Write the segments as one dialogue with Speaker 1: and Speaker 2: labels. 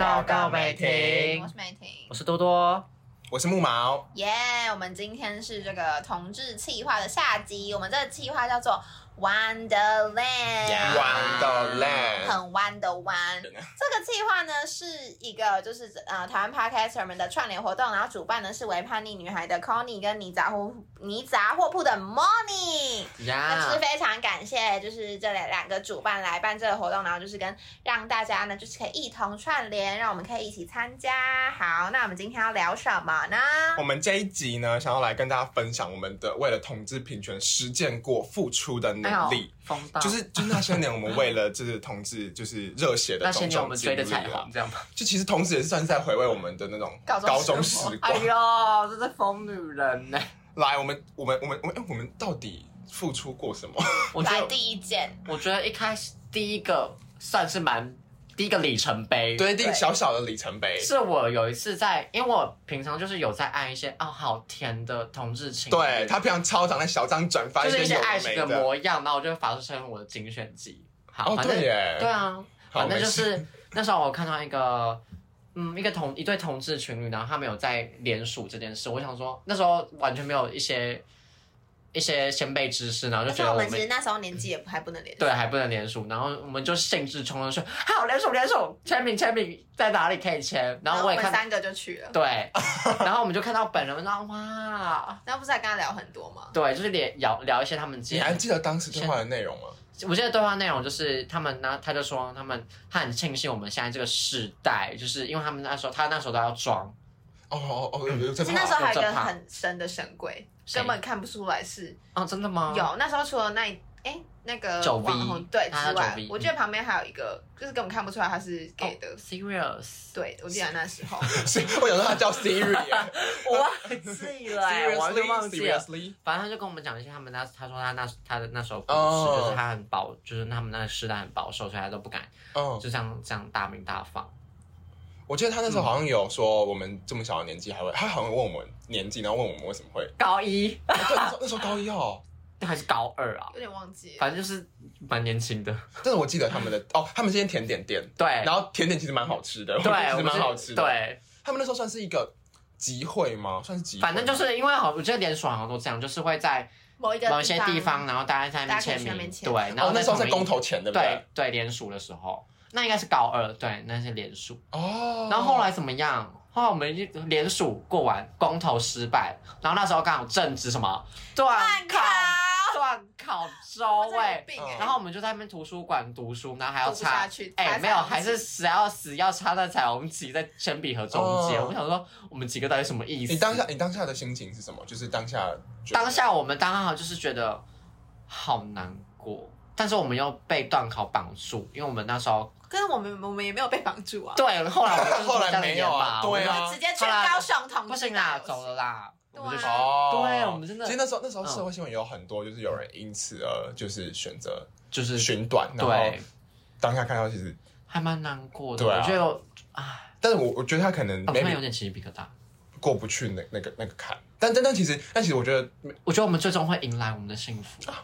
Speaker 1: 报告美
Speaker 2: 我
Speaker 1: 婷，
Speaker 2: 是美婷
Speaker 1: 我。是多多，
Speaker 3: 我是木毛，
Speaker 2: 耶我们今天是这个同志企划的下集，我们这个企划叫做 Wonderland，
Speaker 1: Yeah
Speaker 3: 玩的嘞，
Speaker 2: 很弯的弯。
Speaker 3: 真的
Speaker 2: 这个计划呢是一个就是呃台湾 podcaster 们的串联活动，然后主办呢是为叛逆女孩的 Connie 跟泥杂货泥杂货铺的 Moni。那就是
Speaker 1: 呀，
Speaker 2: 非常感谢，就是这两两个主办来办这个活动，然后就是跟让大家呢，就是可以一同串联，让我们可以一起参加。好，那我们今天要聊什么呢？
Speaker 3: 我们这一集呢，想要来跟大家分享我们的为了同志平权实践过付出的努力，
Speaker 1: 风到
Speaker 3: 就是就是那些年我们为了就是同志就是热血的
Speaker 1: 那
Speaker 3: 种
Speaker 1: 些年我
Speaker 3: 种
Speaker 1: 们
Speaker 3: 经
Speaker 1: 追的
Speaker 3: 历
Speaker 1: 彩
Speaker 3: 啊
Speaker 1: 虹，，这样吧。
Speaker 3: 就其实同时也是算是在回味我们的那种高中时
Speaker 1: 光
Speaker 3: 光。
Speaker 1: 哎呦，这是疯女人呢、
Speaker 3: 来，我们我们我们我们哎我们到底付出过什么？
Speaker 1: 我觉
Speaker 2: 来
Speaker 1: 得，
Speaker 2: 第一件，
Speaker 1: 我觉得一开始第一个算是蛮第一个里程碑，
Speaker 3: 对，一个小小的里程碑，
Speaker 1: 是我有一次在，因为我平常就是有在按一些哦好甜的同志情侣，
Speaker 3: 对他平常超常在小张转发
Speaker 1: 就是一些
Speaker 3: 些有
Speaker 1: 爱
Speaker 3: 的
Speaker 1: 情
Speaker 3: 没
Speaker 1: 的
Speaker 3: 的，
Speaker 1: 模样，然后我就会发生我的精选集。好，
Speaker 3: 哦
Speaker 1: 反正
Speaker 3: 对耶，
Speaker 1: 对啊，
Speaker 3: 好
Speaker 1: 反正就
Speaker 3: 没
Speaker 1: 是那时候我看到一个，嗯，一个同一对同志情侣，然后他们有在联署这件事，我想说那时候完全没有一些一些先辈知识，然后就
Speaker 2: 而且
Speaker 1: 觉得
Speaker 2: 我
Speaker 1: 我
Speaker 2: 们
Speaker 1: 们
Speaker 2: 其实那时候年纪也不还不能联系，
Speaker 1: 对啊还不能联署，然后我们就兴致冲冲说好联署联署，签名签名，在哪里可以签？然
Speaker 2: 然
Speaker 1: 后
Speaker 2: 后
Speaker 1: 我
Speaker 2: 我
Speaker 1: 也
Speaker 2: 们
Speaker 1: 看。
Speaker 2: 三个就去了，
Speaker 1: 对，然后我们就看到本人，我们说哇，
Speaker 2: 然后哦不是还跟他聊很多吗？
Speaker 1: 对，就是聊聊聊一些他们之
Speaker 3: 你
Speaker 1: 间
Speaker 3: 还记得当时对话的内容吗？
Speaker 1: 我记得对话内容就是他们呢，他就说他们他很庆幸我们现在这个时代，就是因为他们那时候他那时候都要装，
Speaker 3: 哦哦哦，有有这
Speaker 2: 其实那
Speaker 3: 怕
Speaker 2: 时候还有一
Speaker 1: 有
Speaker 2: 个
Speaker 1: 这怕
Speaker 2: 很深的神龟，
Speaker 1: 谁
Speaker 2: 根本看不出来是
Speaker 1: 哦，真的吗？
Speaker 2: 有。那时候除了那一哎那个
Speaker 1: 九 V
Speaker 2: 网红对
Speaker 1: 他
Speaker 2: 之
Speaker 1: 叫
Speaker 2: 外
Speaker 1: 九 V，，哦
Speaker 2: 我记得旁边还有一个，就是根本看不出来他是 gay 的。
Speaker 1: serious，
Speaker 2: 对，我记得那时候。
Speaker 3: 是我想说他叫 Siri，耶啊
Speaker 1: 我忘记 了欸，我就忘记了。
Speaker 3: Seriously，Seriously，
Speaker 1: 反正他就跟我们讲一些他们那他说他那他的那时候故事
Speaker 3: 哦
Speaker 1: 就是他很保，就是他们那个时代很保守，所以他都不敢
Speaker 3: 嗯，
Speaker 1: 就这样这样大名大放。
Speaker 3: 我记得他那时候好像有说，我们这么小的年纪还会，他好像问我们年纪，然后问我们为什么 会，
Speaker 1: 高一
Speaker 3: 对，那时候那时候高一哦，
Speaker 1: 还是高二啊？
Speaker 2: 有点忘记了。
Speaker 1: 反正就是蛮年轻的，
Speaker 3: 但是我记得他们的哦，他们是间甜点店，
Speaker 1: 对，
Speaker 3: 然后甜点其实蛮好吃的，我觉
Speaker 1: 对
Speaker 3: 得 其，
Speaker 1: 我
Speaker 3: 实蛮
Speaker 1: 是
Speaker 3: 好吃的，，
Speaker 1: 对，
Speaker 3: 他们那时候算是一个集会吗？算是集会吗，
Speaker 1: 反正就是因为好，我觉得连锁好像都这样，就是会在
Speaker 2: 某一个
Speaker 1: 某一些地方，然后大家在那
Speaker 2: 大家可以
Speaker 1: 边签
Speaker 2: 去那边
Speaker 1: 名，
Speaker 2: 签
Speaker 1: 对，然后
Speaker 3: 哦那时候
Speaker 1: 在
Speaker 3: 在
Speaker 1: 同一
Speaker 3: 公投前，对不
Speaker 1: 对？对联署的时候，那应该是高二，对，那是联署。
Speaker 3: 哦，
Speaker 1: 然后后来怎么样？后来我们就联署过完，公投失败，然后那时候刚好正值什么断
Speaker 2: 断考
Speaker 1: 考断考
Speaker 2: 我真
Speaker 1: 周
Speaker 2: 的有
Speaker 1: 哎。
Speaker 2: 病
Speaker 3: 嗯
Speaker 2: 欸
Speaker 1: 然后我们就在那边图书馆读书，然后还要
Speaker 2: 读不下
Speaker 1: 插
Speaker 2: 去
Speaker 1: 哎、
Speaker 2: 插
Speaker 1: 没有，
Speaker 2: 彩虹旗
Speaker 1: 还是死要死要插在彩虹旗在铅笔盒中间。
Speaker 3: 哦
Speaker 1: 我想说，我们几个到底什么意思？
Speaker 3: 你当下你当下的心情是什么？就是当下觉得
Speaker 1: 当下我们当好就是觉得好难过，但是我们又被断考绑住，因为我们那时候
Speaker 2: 可是我们我们也没有被绑住啊，
Speaker 1: 对，后来我们就是
Speaker 3: 后来
Speaker 1: 这样子
Speaker 3: 没有啊
Speaker 1: 演吧我们
Speaker 3: 对啊
Speaker 2: 直接去高雄同
Speaker 1: 不
Speaker 2: 志
Speaker 1: 行
Speaker 2: 大
Speaker 1: 啦，
Speaker 2: 游
Speaker 1: 走
Speaker 2: 行。
Speaker 1: 了啦，我们就
Speaker 2: 对
Speaker 1: 去
Speaker 2: 啊
Speaker 3: 哦，
Speaker 1: 对我们真的
Speaker 3: 其实那时候那时候
Speaker 1: 嗯
Speaker 3: 社会新闻有很多，就是有人因此而就是选择
Speaker 1: 就是
Speaker 3: 寻短，然后
Speaker 1: 对，
Speaker 3: 当下看到其实，
Speaker 1: 还蛮难过的，
Speaker 3: 对啊
Speaker 1: 我觉得我唉，
Speaker 3: 但是我我觉得他可能
Speaker 1: 我突然有
Speaker 3: maybe
Speaker 1: 点起鸡皮疙瘩。
Speaker 3: 过不去那那个那个坎，但但但其实但其实我觉得
Speaker 1: 我觉得我们最终会迎来我们的幸福啊！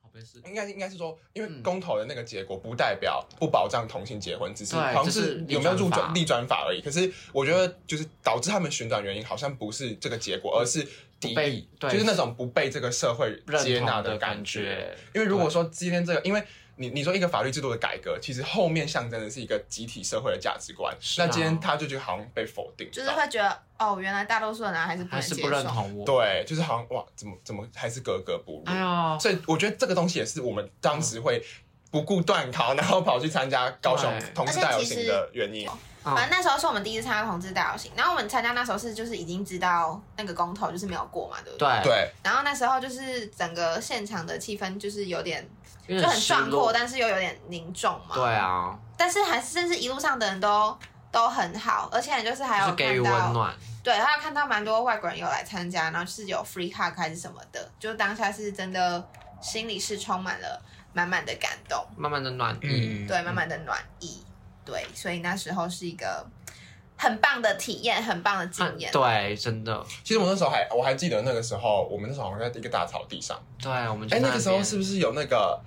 Speaker 1: 好没事，
Speaker 3: 应该应该是说，因为
Speaker 1: 嗯
Speaker 3: 公投的那个结果不代表不保障同性结婚，只是
Speaker 1: 对
Speaker 3: 好像
Speaker 1: 就是
Speaker 3: 是
Speaker 1: 立
Speaker 3: 有没有入
Speaker 1: 转法
Speaker 3: 转立转法而已。可是我觉得就是导致他们寻短原因好像不是这个结果，而是敌
Speaker 1: 不被
Speaker 3: 意，
Speaker 1: 对
Speaker 3: 就是那种不被这个社会
Speaker 1: 认
Speaker 3: 接纳
Speaker 1: 同的
Speaker 3: 感觉。
Speaker 1: 觉，
Speaker 3: 因为如果说今天这个，因为你你说一个法律制度的改革，其实后面象征的是一个集体社会的价值观。
Speaker 1: 是啊
Speaker 3: 那今天他就觉得好像被否定到，
Speaker 2: 就是会觉得哦，原来大多数的人还是不
Speaker 1: 还
Speaker 2: 能
Speaker 1: 是
Speaker 2: 接
Speaker 1: 不认
Speaker 2: 受。
Speaker 1: 同我，
Speaker 3: 对，就是好像哇，怎么怎么还是格格不入。
Speaker 1: 哎呦，
Speaker 3: 所以我觉得这个东西也是我们当时会不顾断考，然后跑去参加高雄
Speaker 1: 对
Speaker 3: 同志大游行的原因。
Speaker 1: 嗯
Speaker 2: 反正那时候是我们第一次参加同志大游行，然后我们参加那时候是就是已经知道那个公投就是没有过嘛，对不对？
Speaker 1: 对，
Speaker 3: 对，
Speaker 2: 然后那时候就是整个现场的气氛就是有点
Speaker 1: 有
Speaker 2: 就
Speaker 1: 点
Speaker 2: 很
Speaker 1: 失
Speaker 2: 壮
Speaker 1: 落
Speaker 2: 阔，，但是又有点凝重嘛。
Speaker 1: 对。啊，
Speaker 2: 但是还是甚至一路上的人都都很好，而且就是还
Speaker 1: 就
Speaker 2: 有
Speaker 1: 是给予
Speaker 2: 看
Speaker 1: 温
Speaker 2: 到
Speaker 1: 暖，
Speaker 2: 对，还有看到蛮多外国人有来参加，然后就是有 free hug 还是什么的，就当下是真的心里是充满了满满的感动，
Speaker 1: 慢慢的暖意。
Speaker 3: 嗯，
Speaker 2: 对，满满的暖意，对，所以那时候是一个很棒的体验，很棒的经验。
Speaker 1: 嗯啊对，真的，
Speaker 3: 其实我那时候还我还记得那个时候，我们那时候好像在一个大草地上，
Speaker 1: 嗯对，我们就
Speaker 3: 哎、
Speaker 1: 在
Speaker 3: 那个时候
Speaker 1: 边
Speaker 3: 是不是有那个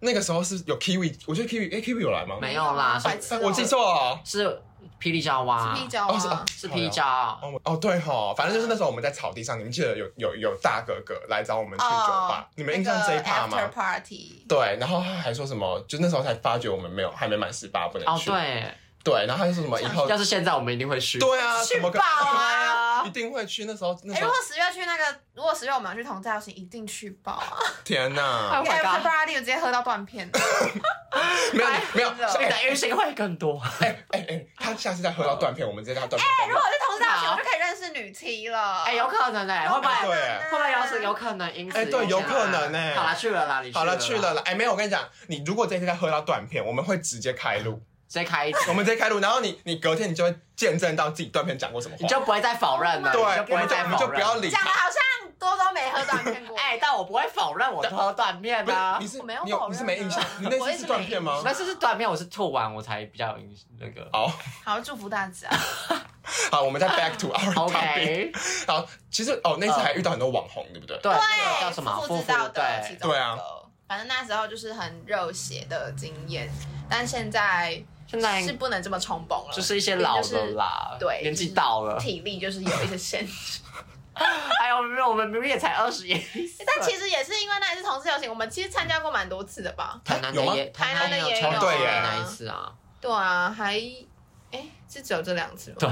Speaker 3: 那个时候是有 Kiwi，我觉得 Kiwi，哎，Kiwi 有来吗？
Speaker 1: 没有啦，是啊
Speaker 2: 白痴哦
Speaker 3: 我记错了。
Speaker 1: 是霹雳娇
Speaker 2: 是
Speaker 1: 娃，
Speaker 2: 啤酒啊
Speaker 3: 哦是
Speaker 2: 吗
Speaker 3: 哦？
Speaker 1: 是霹雳娇娃，
Speaker 3: 哦哦对哈，反正就是那时候我们在草地上，你们记得有有有大哥哥来找我们去酒
Speaker 1: 哦
Speaker 3: 吧，你们印象这一趴
Speaker 2: 哦那个
Speaker 3: 吗
Speaker 2: after？party，
Speaker 3: 对，然后他还说什么？就那时候才发觉我们没有还没满十八不能
Speaker 1: 哦
Speaker 3: 去。
Speaker 1: 对，
Speaker 3: 对，然后他就说什么以后
Speaker 1: 要是现在我们一定会去，
Speaker 3: 对啊，
Speaker 2: 去
Speaker 3: 怎么可
Speaker 2: 爆啊
Speaker 3: 一！定会去。那时候那
Speaker 2: 哎，
Speaker 3: 时
Speaker 2: 如
Speaker 3: 候
Speaker 2: 果十月去那个，如果十月我们要去同在行，一定去爆啊
Speaker 3: 天哪
Speaker 1: 哎，my
Speaker 2: ！After
Speaker 1: god
Speaker 2: party 我直接喝到断片，
Speaker 3: 没有没有，
Speaker 2: 白痴哦
Speaker 1: 所以
Speaker 3: 哎
Speaker 1: 等于谁会更多？
Speaker 3: 哎哎，他下次再喝到断片，我们直接叫他断片。
Speaker 2: 哎，如果我去同在行，
Speaker 1: 好
Speaker 2: 我就可以认识女 T 了。
Speaker 1: 哎，有可能哎，
Speaker 2: 有可
Speaker 1: 会不
Speaker 2: 能啊，
Speaker 3: 哎？
Speaker 1: 会
Speaker 3: 对
Speaker 1: 会不会有是有可能因此
Speaker 3: 哎对
Speaker 1: 影响
Speaker 3: 有可能哎
Speaker 1: 好了，去了啦，你
Speaker 3: 好
Speaker 1: 了
Speaker 3: 了，去了，啦。哎，没有，我跟你讲，你如果这次再喝到断片，我们会直接开路，
Speaker 1: 直接开一集，
Speaker 3: 我们直接开路，然后你你隔天你就会见证到自己断片讲过什么话
Speaker 1: 你。就不会再否认了，
Speaker 3: 对，
Speaker 1: 你就不
Speaker 3: 我
Speaker 1: 会
Speaker 3: 们就
Speaker 1: 再
Speaker 3: 我
Speaker 1: 否
Speaker 3: 们
Speaker 1: 认，
Speaker 3: 就不要理
Speaker 2: 讲的
Speaker 3: 他。
Speaker 2: 好像多多没喝断片过。
Speaker 1: 哎，但我不会否认我偷断片
Speaker 3: 不是
Speaker 1: 啊，
Speaker 3: 你。是
Speaker 2: 我没有
Speaker 3: 你
Speaker 2: 否
Speaker 3: 你是
Speaker 2: 认
Speaker 3: 没印象
Speaker 2: 啊，
Speaker 3: 你那
Speaker 2: 我一
Speaker 3: 次
Speaker 2: 直
Speaker 3: 是断片
Speaker 2: 没
Speaker 3: 吗
Speaker 2: 印象？
Speaker 1: 但是是断片，我是吐完我才比较有影那 个。
Speaker 3: 好
Speaker 2: 好，祝福大家。
Speaker 3: 好，我们再 back to our topic。
Speaker 1: OK，
Speaker 3: 好，其实哦，那次还遇到很多网红，对不对？
Speaker 1: 对，那个
Speaker 2: 对，
Speaker 1: 叫什么？
Speaker 2: 夫妇
Speaker 1: 夫
Speaker 2: 制
Speaker 1: 妇
Speaker 2: 造的其
Speaker 1: 对，
Speaker 2: 中一
Speaker 3: 对啊
Speaker 2: 个。反正那时候就是很热血的经验，但现在
Speaker 1: 现在
Speaker 2: 是不能这么冲动了，
Speaker 1: 就是一些老了啦，
Speaker 2: 对
Speaker 1: 年纪大了。
Speaker 2: 体力就是有一些限制。
Speaker 1: 哎呦，我们明明也才二十一，
Speaker 2: 但其实也是因为那一次同事游行，我们其实参加过蛮多次的吧？
Speaker 1: 台南
Speaker 3: 有吗
Speaker 1: 的也
Speaker 2: 台南的
Speaker 1: 也
Speaker 2: 也
Speaker 1: 超
Speaker 3: 有
Speaker 1: 多
Speaker 3: 对耶
Speaker 1: 那一次啊，
Speaker 2: 对啊，还哎是只有这两次吗？
Speaker 1: 对，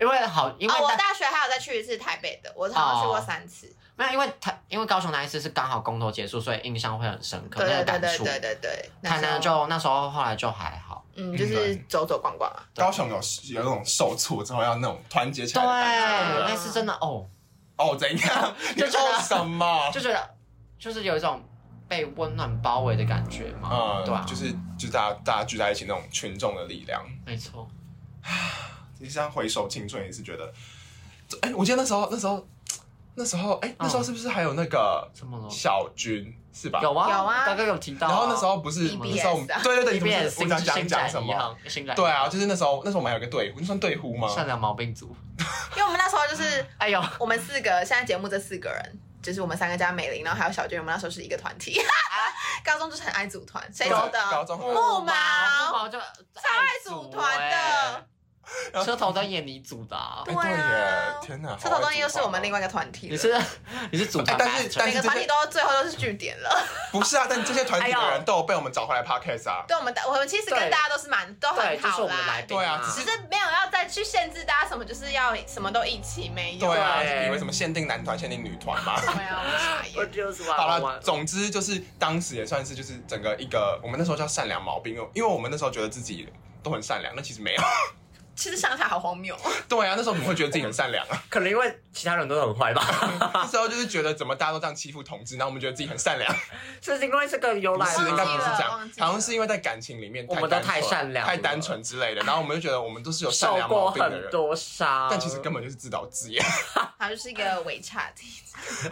Speaker 1: 因为好，因为
Speaker 2: 哦，我
Speaker 1: 那哦
Speaker 2: 大学还有再去一次台北的，我好像去过三次。
Speaker 1: 没有，因为台因为高雄那一次是刚好公投结束，所以印象会很深刻，
Speaker 2: 对
Speaker 1: 那
Speaker 2: 对
Speaker 1: 个感
Speaker 2: 对对
Speaker 1: 触。
Speaker 2: 对对对，
Speaker 1: 台南
Speaker 2: 那时候
Speaker 1: 就那时候后来就还好，
Speaker 2: 嗯，就是走走逛逛啊。
Speaker 1: 对
Speaker 3: 高雄有有那种受挫之后要那啊种团结起
Speaker 1: 对，
Speaker 3: 来的感觉。
Speaker 1: 那次真的哦，
Speaker 3: 哦，怎 样？你
Speaker 1: 就觉得
Speaker 3: 哦什么？
Speaker 1: 就觉得就是有一种被温暖包围的感觉嘛，
Speaker 3: 嗯，
Speaker 1: 对啊，
Speaker 3: 就是就是大家大家聚在一起那种群众的力量。
Speaker 1: 没错，
Speaker 3: 其实现在回首青春，也是觉得，哎、我记得那时候那时候那时候哎、那时候是不是还有那个
Speaker 1: 怎么了？
Speaker 3: 小军是吧？
Speaker 1: 有啊
Speaker 2: 有啊
Speaker 1: 刚刚有提到啊，
Speaker 3: 然后那时候不是
Speaker 2: EBS
Speaker 3: 那时候我们
Speaker 2: 啊
Speaker 3: 对对对，
Speaker 1: 里
Speaker 3: 你
Speaker 1: 面
Speaker 3: 不是我想讲讲什么？？
Speaker 1: 新展
Speaker 3: 对啊，，就是那时候那时候我们还有个队呼，你算队呼吗？
Speaker 1: 善良毛病组，
Speaker 2: 因为我们那时候就是
Speaker 1: 哎呦，
Speaker 2: 我们四个，现在节目这四个人，就是我们三个加美玲，然后还有小娟，我们那时候是一个团体。 高中就是很爱组团，谁
Speaker 3: 对
Speaker 2: 组
Speaker 3: 高
Speaker 2: 的？
Speaker 3: 中
Speaker 2: 木毛
Speaker 1: 啊木毛就哎超
Speaker 2: 爱组团的，
Speaker 1: 车头灯也你组的 啊
Speaker 3: 哎，
Speaker 2: 对啊
Speaker 3: 耶，天哪！
Speaker 2: 车头灯又是我们另
Speaker 3: 外
Speaker 2: 外一个团体了
Speaker 1: 你是你是组
Speaker 3: 哎
Speaker 1: 团
Speaker 3: 但是
Speaker 1: master
Speaker 3: 但
Speaker 2: 每
Speaker 3: 是
Speaker 2: 个团体都最后都是据点 了。
Speaker 3: 不是啊，但这些团体的
Speaker 1: 哎
Speaker 3: 人
Speaker 1: 呦
Speaker 3: 都有被我们找回来 podcast 啊。
Speaker 2: 对，我们大我们其实
Speaker 1: 对
Speaker 2: 跟大家都是蛮都
Speaker 1: 对，
Speaker 2: 很
Speaker 1: 哎就是
Speaker 2: 好
Speaker 1: 我们的来
Speaker 2: 啦，
Speaker 1: 宾
Speaker 3: 对啊只
Speaker 2: 只是没有要再去限制大家什么，就是要什么都一起没有。
Speaker 3: 对啊，
Speaker 1: 对
Speaker 3: 以为什么限定男团、限定女团嘛。
Speaker 2: 对啊，我傻眼
Speaker 1: 啊我 就是玩
Speaker 3: 好
Speaker 1: 玩
Speaker 3: 了，
Speaker 1: 玩。
Speaker 3: 总之就是当时也算是就是整个一个我们那时候叫善良毛病，因为因为我们那时候觉得自己都很善良，那其实没有。
Speaker 2: 其实想起来好荒谬。
Speaker 3: 对啊，那时候怎么会觉得自己很善良 啊？
Speaker 1: 可能因为其他人都很坏吧，
Speaker 3: 那时候就是觉得怎么大家都这样欺负同志，然后我们觉得自己很善良，
Speaker 1: 是因为这个由
Speaker 3: 不
Speaker 1: 来啊
Speaker 3: 是
Speaker 1: 吗
Speaker 3: 应该不是这样
Speaker 2: 忘，记了
Speaker 3: 好像是因为在感情里面
Speaker 1: 我们都
Speaker 3: 单
Speaker 1: 太
Speaker 3: 纯
Speaker 1: 善良了
Speaker 3: 太单纯之类的，然后我们就觉得我们都是有善
Speaker 1: 受
Speaker 3: 良毛
Speaker 1: 过
Speaker 3: 病的
Speaker 1: 很
Speaker 3: 人。
Speaker 1: 多伤，
Speaker 3: 但其实根本就是自导自演，
Speaker 2: 它就是一个伪差题，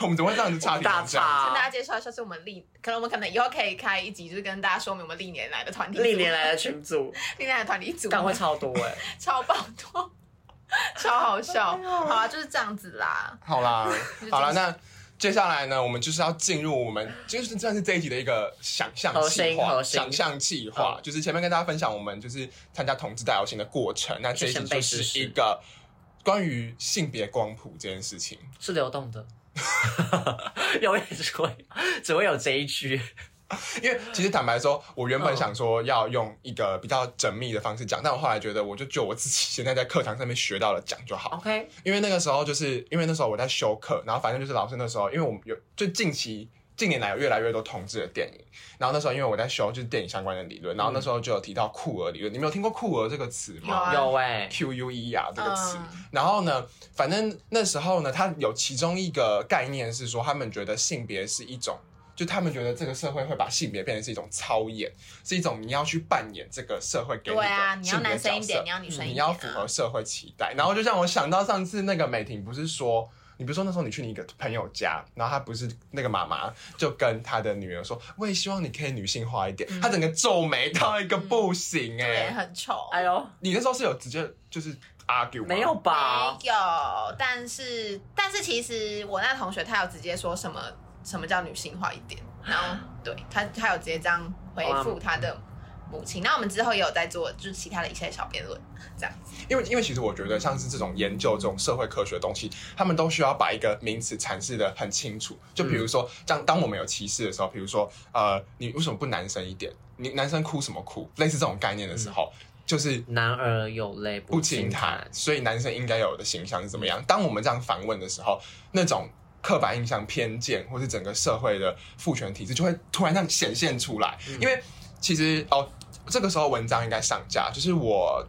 Speaker 3: 我们怎么会这样子差题
Speaker 1: 大
Speaker 3: 成这样？
Speaker 2: 跟大家
Speaker 1: 差，
Speaker 2: 介绍一下，是我们历，可能我们可能以后可以开一集，就是跟大家说明我们历年来的团体组，
Speaker 1: 历年来的群组，
Speaker 2: 历年来的团体组，
Speaker 1: 干会超多哎，
Speaker 2: 超爆多， 超好笑。
Speaker 3: 哎
Speaker 2: 好啊，就是这样子啦。
Speaker 3: 好 啦，
Speaker 2: 是
Speaker 3: 好啦，那接下来呢，我们就是要进入我们就是算是这一集的一个想象
Speaker 1: 核
Speaker 3: 计
Speaker 1: 心
Speaker 3: 划，
Speaker 1: 核心嗯
Speaker 3: 想象计划，就是前面跟大家分享我们就是参加同志大游行的过程，那这一集
Speaker 1: 先辈
Speaker 3: 就
Speaker 1: 知
Speaker 3: 是
Speaker 1: 识
Speaker 3: 一个关于性别光谱这件事情。
Speaker 1: 是流动的， 永远只会只会有这一句，
Speaker 3: 因为其实坦白说，我原本
Speaker 1: 嗯
Speaker 3: 想说要用一个比较缜密的方式讲，但我后来觉得，我就就我自己现在在课堂上面学到了讲就好。
Speaker 1: OK，
Speaker 3: 因为那个时候就是因为那时候我在修课，然后反正就是老师那时候，因为我们有就近期近年来有越来越多同志的电影，然后那时候因为我在修就是电影相关的理论，然后那时候就有提到酷儿理论，你们有听过酷儿这个词
Speaker 2: 嗯有
Speaker 3: 吗
Speaker 2: 啊
Speaker 1: 有哎，
Speaker 3: ？Q U E R 这个词，
Speaker 2: 嗯
Speaker 3: 然后呢，反正那时候呢，他有其中一个概念是说，他们觉得性别是一种，就他们觉得这个社会会把性别变成是一种操演，是一种你要去扮演这个社会给你
Speaker 2: 对啊，
Speaker 3: 的
Speaker 2: 你
Speaker 3: 性
Speaker 2: 要
Speaker 3: 别
Speaker 2: 男生
Speaker 3: 角
Speaker 2: 一点，
Speaker 3: 色嗯
Speaker 2: 你，要女生一点、啊，
Speaker 3: 你要符合社会期待。然后就让我想到上次那个美婷不是说。你不是说那时候你去你一个朋友家，然后她不是那个妈妈就跟她的女儿说，我也希望你可以女性化一点。她整个皱眉到一个不行哎、
Speaker 2: 脸很丑。
Speaker 1: 哎呦，
Speaker 3: 你那时候是有直接就是 argue 吗
Speaker 1: 没有吧
Speaker 2: 没？有，但是但是其实我那同学他有直接说什么什么叫女性化一点，然后对他他有直接这样回复他的母亲。那我们之后也有在做，就是其他的一些小辩论，
Speaker 3: 因为因为其实我觉得像是这种研究这种社会科学的东西，他们都需要把一个名词阐释的很清楚。就比如说，当当我们有歧视的时候，比如说呃，你为什么不男生一点？你男生哭什么哭？类似这种概念的时候，就是
Speaker 1: 男儿有泪
Speaker 3: 不
Speaker 1: 轻
Speaker 3: 轻弹，所以男生应该有的形象是怎么
Speaker 2: 嗯
Speaker 3: 样？当我们这样反问的时候，那种刻板印象、偏见，或是整个社会的父权体制，就会突然这样显现出来。
Speaker 2: 嗯
Speaker 3: 因为其实哦，这个时候文章应该上架，就是我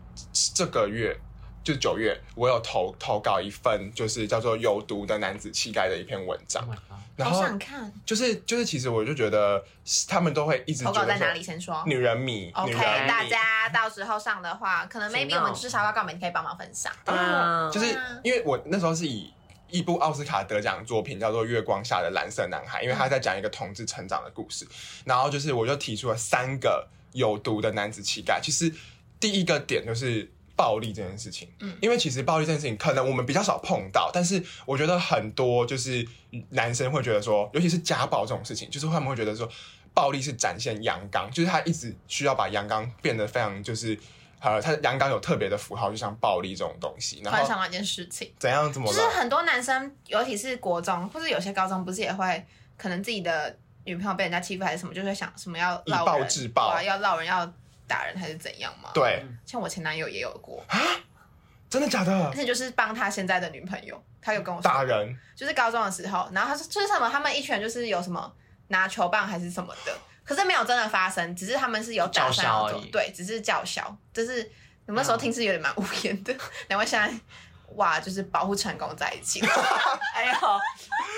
Speaker 3: 这个月。就九月，我有投投稿一份，就是叫做《有毒的男子气概》的一篇文章
Speaker 1: Oh。my god！
Speaker 3: 然
Speaker 2: 嗯好
Speaker 3: 后
Speaker 2: 想看
Speaker 3: 就是就是，其实我就觉得他们都会一直
Speaker 2: 投
Speaker 3: 觉
Speaker 2: 稿
Speaker 3: 得
Speaker 2: 在哪
Speaker 3: 说
Speaker 2: 里，先说。
Speaker 3: 女人迷
Speaker 2: OK，
Speaker 3: 女人迷
Speaker 2: 大家到时候上的话，可能
Speaker 1: 请
Speaker 2: maybe 我
Speaker 1: 到
Speaker 2: 们就是沙发告们，你可以帮忙分享。
Speaker 1: 啊
Speaker 3: 就是
Speaker 2: 对啊
Speaker 3: 因为我那时候是以一部奥斯卡得奖作品叫做《月光下的蓝色男孩》，因为他在讲一个同志成长的故事，然后就是我就提出了三个有毒的男子气概。其实第一个点就是。暴力这件事情，
Speaker 2: 嗯
Speaker 3: 因为其实暴力这件事情，可能我们比较少碰到，但是我觉得很多就是男生会觉得说，尤其是家暴这种事情，就是他们会觉得说，暴力是展现阳刚，就是他一直需要把阳刚变得非常就是，呃，他阳刚有特别的符号，就像暴力这种东西，然
Speaker 2: 突然
Speaker 3: 后
Speaker 2: 想到一件事情，
Speaker 3: 怎样怎么
Speaker 2: 就是
Speaker 3: 了？
Speaker 2: 很多男生，尤其是国中或者有些高中，不是也会可能自己的女朋友被人家欺负还是什么，就会想什么要
Speaker 3: 以
Speaker 2: 闹
Speaker 3: 暴
Speaker 2: 人
Speaker 3: 制暴
Speaker 2: 对啊要闹人要打人还是怎样嘛？，
Speaker 3: 对，
Speaker 2: 像我前男友也有过，
Speaker 3: 真的假
Speaker 2: 而
Speaker 3: 的？
Speaker 2: 且就是帮他现在的女朋友，他有跟我说
Speaker 3: 打人，
Speaker 2: 就是高中的时候，然后他说就是什么，他们一群就是有什么拿球棒还是什么的，可是没有真的发生，只是他们是有打算要
Speaker 1: 叫嚣
Speaker 2: 做
Speaker 1: 而已，
Speaker 2: 对，只是叫嚣，就是我那时候
Speaker 3: 嗯
Speaker 2: 听是有点蛮无言的， 难怪现在哇，就是保护成功在一 起了，哎呦，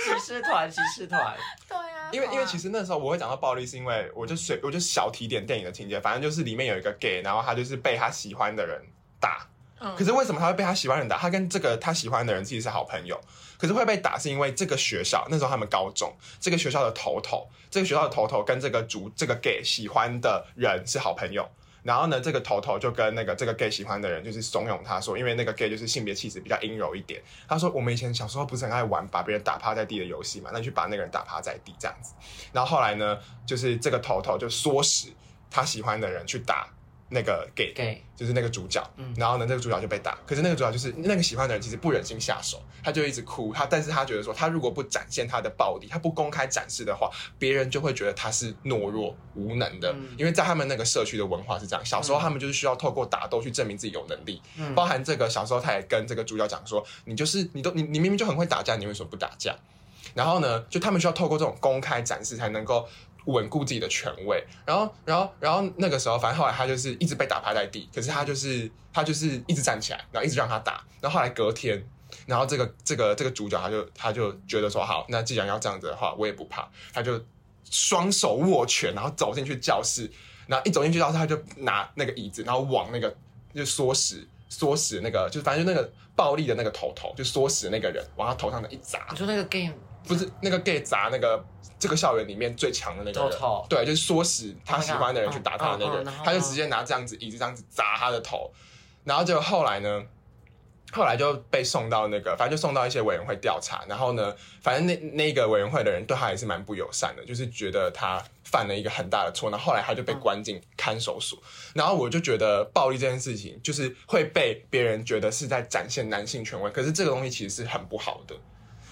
Speaker 1: 骑士团，骑士团，
Speaker 2: 对啊，
Speaker 3: 因为因为其
Speaker 2: 实
Speaker 3: 实那时候我会讲到暴力，是因为我就随我就小提点电影的情节，反正就是里面有一个 gay，然后他就是被他喜欢的人打，
Speaker 2: 嗯
Speaker 3: 可是为什么他会被他喜欢的人打？他跟这个他喜欢的人其实是好朋友，可是会被打是因为这个学校那时候他们高中这个学校的头头，这个学校的头头跟这个主这个 gay 喜欢的人是好朋友。然后呢，这个头头就跟那个这个 gay 喜欢的人，就是怂恿他说，因为那个 gay 就是性别气质比较阴柔一点。他说，我们以前小时候不是很爱玩把别人打趴在地的游戏嘛，那你去把那个人打趴在地这样子。然后后来呢，就是这个头头就唆使他喜欢的人去打那个 gay，
Speaker 1: 给
Speaker 3: 就是那个主角，
Speaker 1: 嗯
Speaker 3: 然后呢，那个主角就被打，可是那个主角就是那个喜欢的人，其实不忍心下手，他就一直哭，他但是他觉得说，他如果不展现他的暴力，他不公开展示的话，别人就会觉得他是懦弱无能的，
Speaker 1: 嗯
Speaker 3: 因为在他们那个社区的文化是这样，小时候他们就是需要透过打斗去证明自己有能力，
Speaker 1: 嗯
Speaker 3: 包含这个小时候他也跟这个主角讲说，你就是你都你你明明就很会打架，你为什么不打架？然后呢，就他们需要透过这种公开展示才能够稳固自己的权威。然后，然后，然后那个时候，反正后来他就是一直被打趴在地，可是他就是他就是一直站起来，然后一直让他打。然后后来隔天，然后这个这个这个主角他就他就觉得说，好，那既然要这样子的话，我也不怕，他就双手握拳，然后走进去教室，然后一走进去教室，他就拿那个椅子，然后往那个就唆使。唆使那个，就反正就那个暴力的那个头头，就唆使那个人往他头上的一砸，
Speaker 1: 你说那个 game
Speaker 3: 不是那个 gay 砸那个这个校园里面最强的那个
Speaker 1: 头
Speaker 3: 人，
Speaker 1: 头，
Speaker 3: 对，就是唆使他喜欢的人去打他的那个
Speaker 1: Oh
Speaker 3: 人
Speaker 1: my god，嗯嗯嗯然后，呢
Speaker 3: 他就直接拿这样子椅子这样子砸他的头，然后结果后来呢，后来就被送到那个，反正就送到一些委员会调查，然后呢，反正那那个委员会的人对他也是蛮不友善的，就是觉得他犯了一个很大的错，然后后来他就被关进看守所，然后我就觉得暴力这件事情就是会被别人觉得是在展现男性权威，可是这个东西其实是很不好的。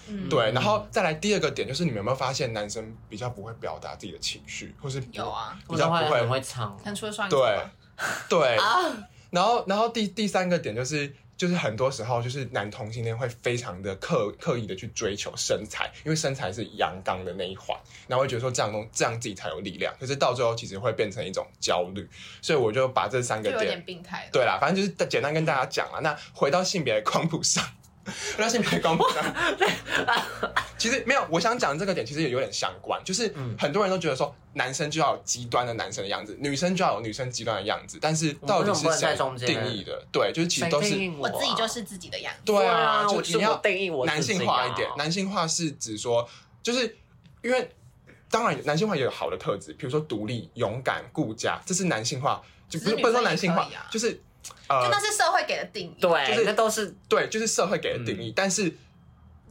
Speaker 2: 嗯
Speaker 3: 对，然后再来第二个点就是，你们有没有发现男生比较不会表达自己的情绪，或是
Speaker 2: 有啊，
Speaker 1: 我
Speaker 3: 比
Speaker 1: 的
Speaker 3: 较不
Speaker 1: 话很
Speaker 3: 会
Speaker 1: 会藏，
Speaker 2: 看出了双鱼座
Speaker 3: 对
Speaker 2: 吧
Speaker 3: 对，
Speaker 2: 啊，
Speaker 3: 然后然后第第三个点就是。就是很多时候，就是男同性恋会非常的刻刻意的去追求身材，因为身材是阳刚的那一环，然后会觉得说这样东这样自己才有力量，可是到最后其实会变成一种焦虑，所以我就把这三
Speaker 2: 就
Speaker 3: 个
Speaker 2: 有
Speaker 3: 点
Speaker 2: 点病态了。
Speaker 3: 对啦，反正就是简单跟大家讲啊。那回到性别的光谱上， 回到性别的光谱上，
Speaker 1: 哦
Speaker 3: 其实没有，我想讲这个点其实也有点相关，就是
Speaker 1: 嗯
Speaker 3: 很多人都觉得说男生就要有极端的男生的样子，女生就要有女生极端的样子，但是到底
Speaker 1: 我们为
Speaker 3: 是
Speaker 1: 什么不能在
Speaker 3: 谁
Speaker 1: 中间
Speaker 3: 定义的？对，就是其实
Speaker 1: 谁
Speaker 3: 都
Speaker 1: 定
Speaker 3: 是
Speaker 1: 义
Speaker 2: 我
Speaker 1: 啊
Speaker 2: 自己就是自己的样子，
Speaker 3: 对啊，就
Speaker 1: 我就是啊
Speaker 3: 你要
Speaker 1: 我定义我
Speaker 3: 男性化一点，
Speaker 1: 那
Speaker 3: 男性化是指说，就是因为当然男性化也有好的特质，比如说独立、勇敢、顾家，这是男性化，就不
Speaker 2: 只是
Speaker 3: 是
Speaker 2: 女
Speaker 3: 不能说
Speaker 2: 生也
Speaker 3: 男性化
Speaker 2: 可以啊，
Speaker 3: 就是呃
Speaker 2: 就那是社会给的定义。
Speaker 1: 对，
Speaker 3: 就是
Speaker 1: 那都是嗯
Speaker 3: 对，就是社会给的定义，但是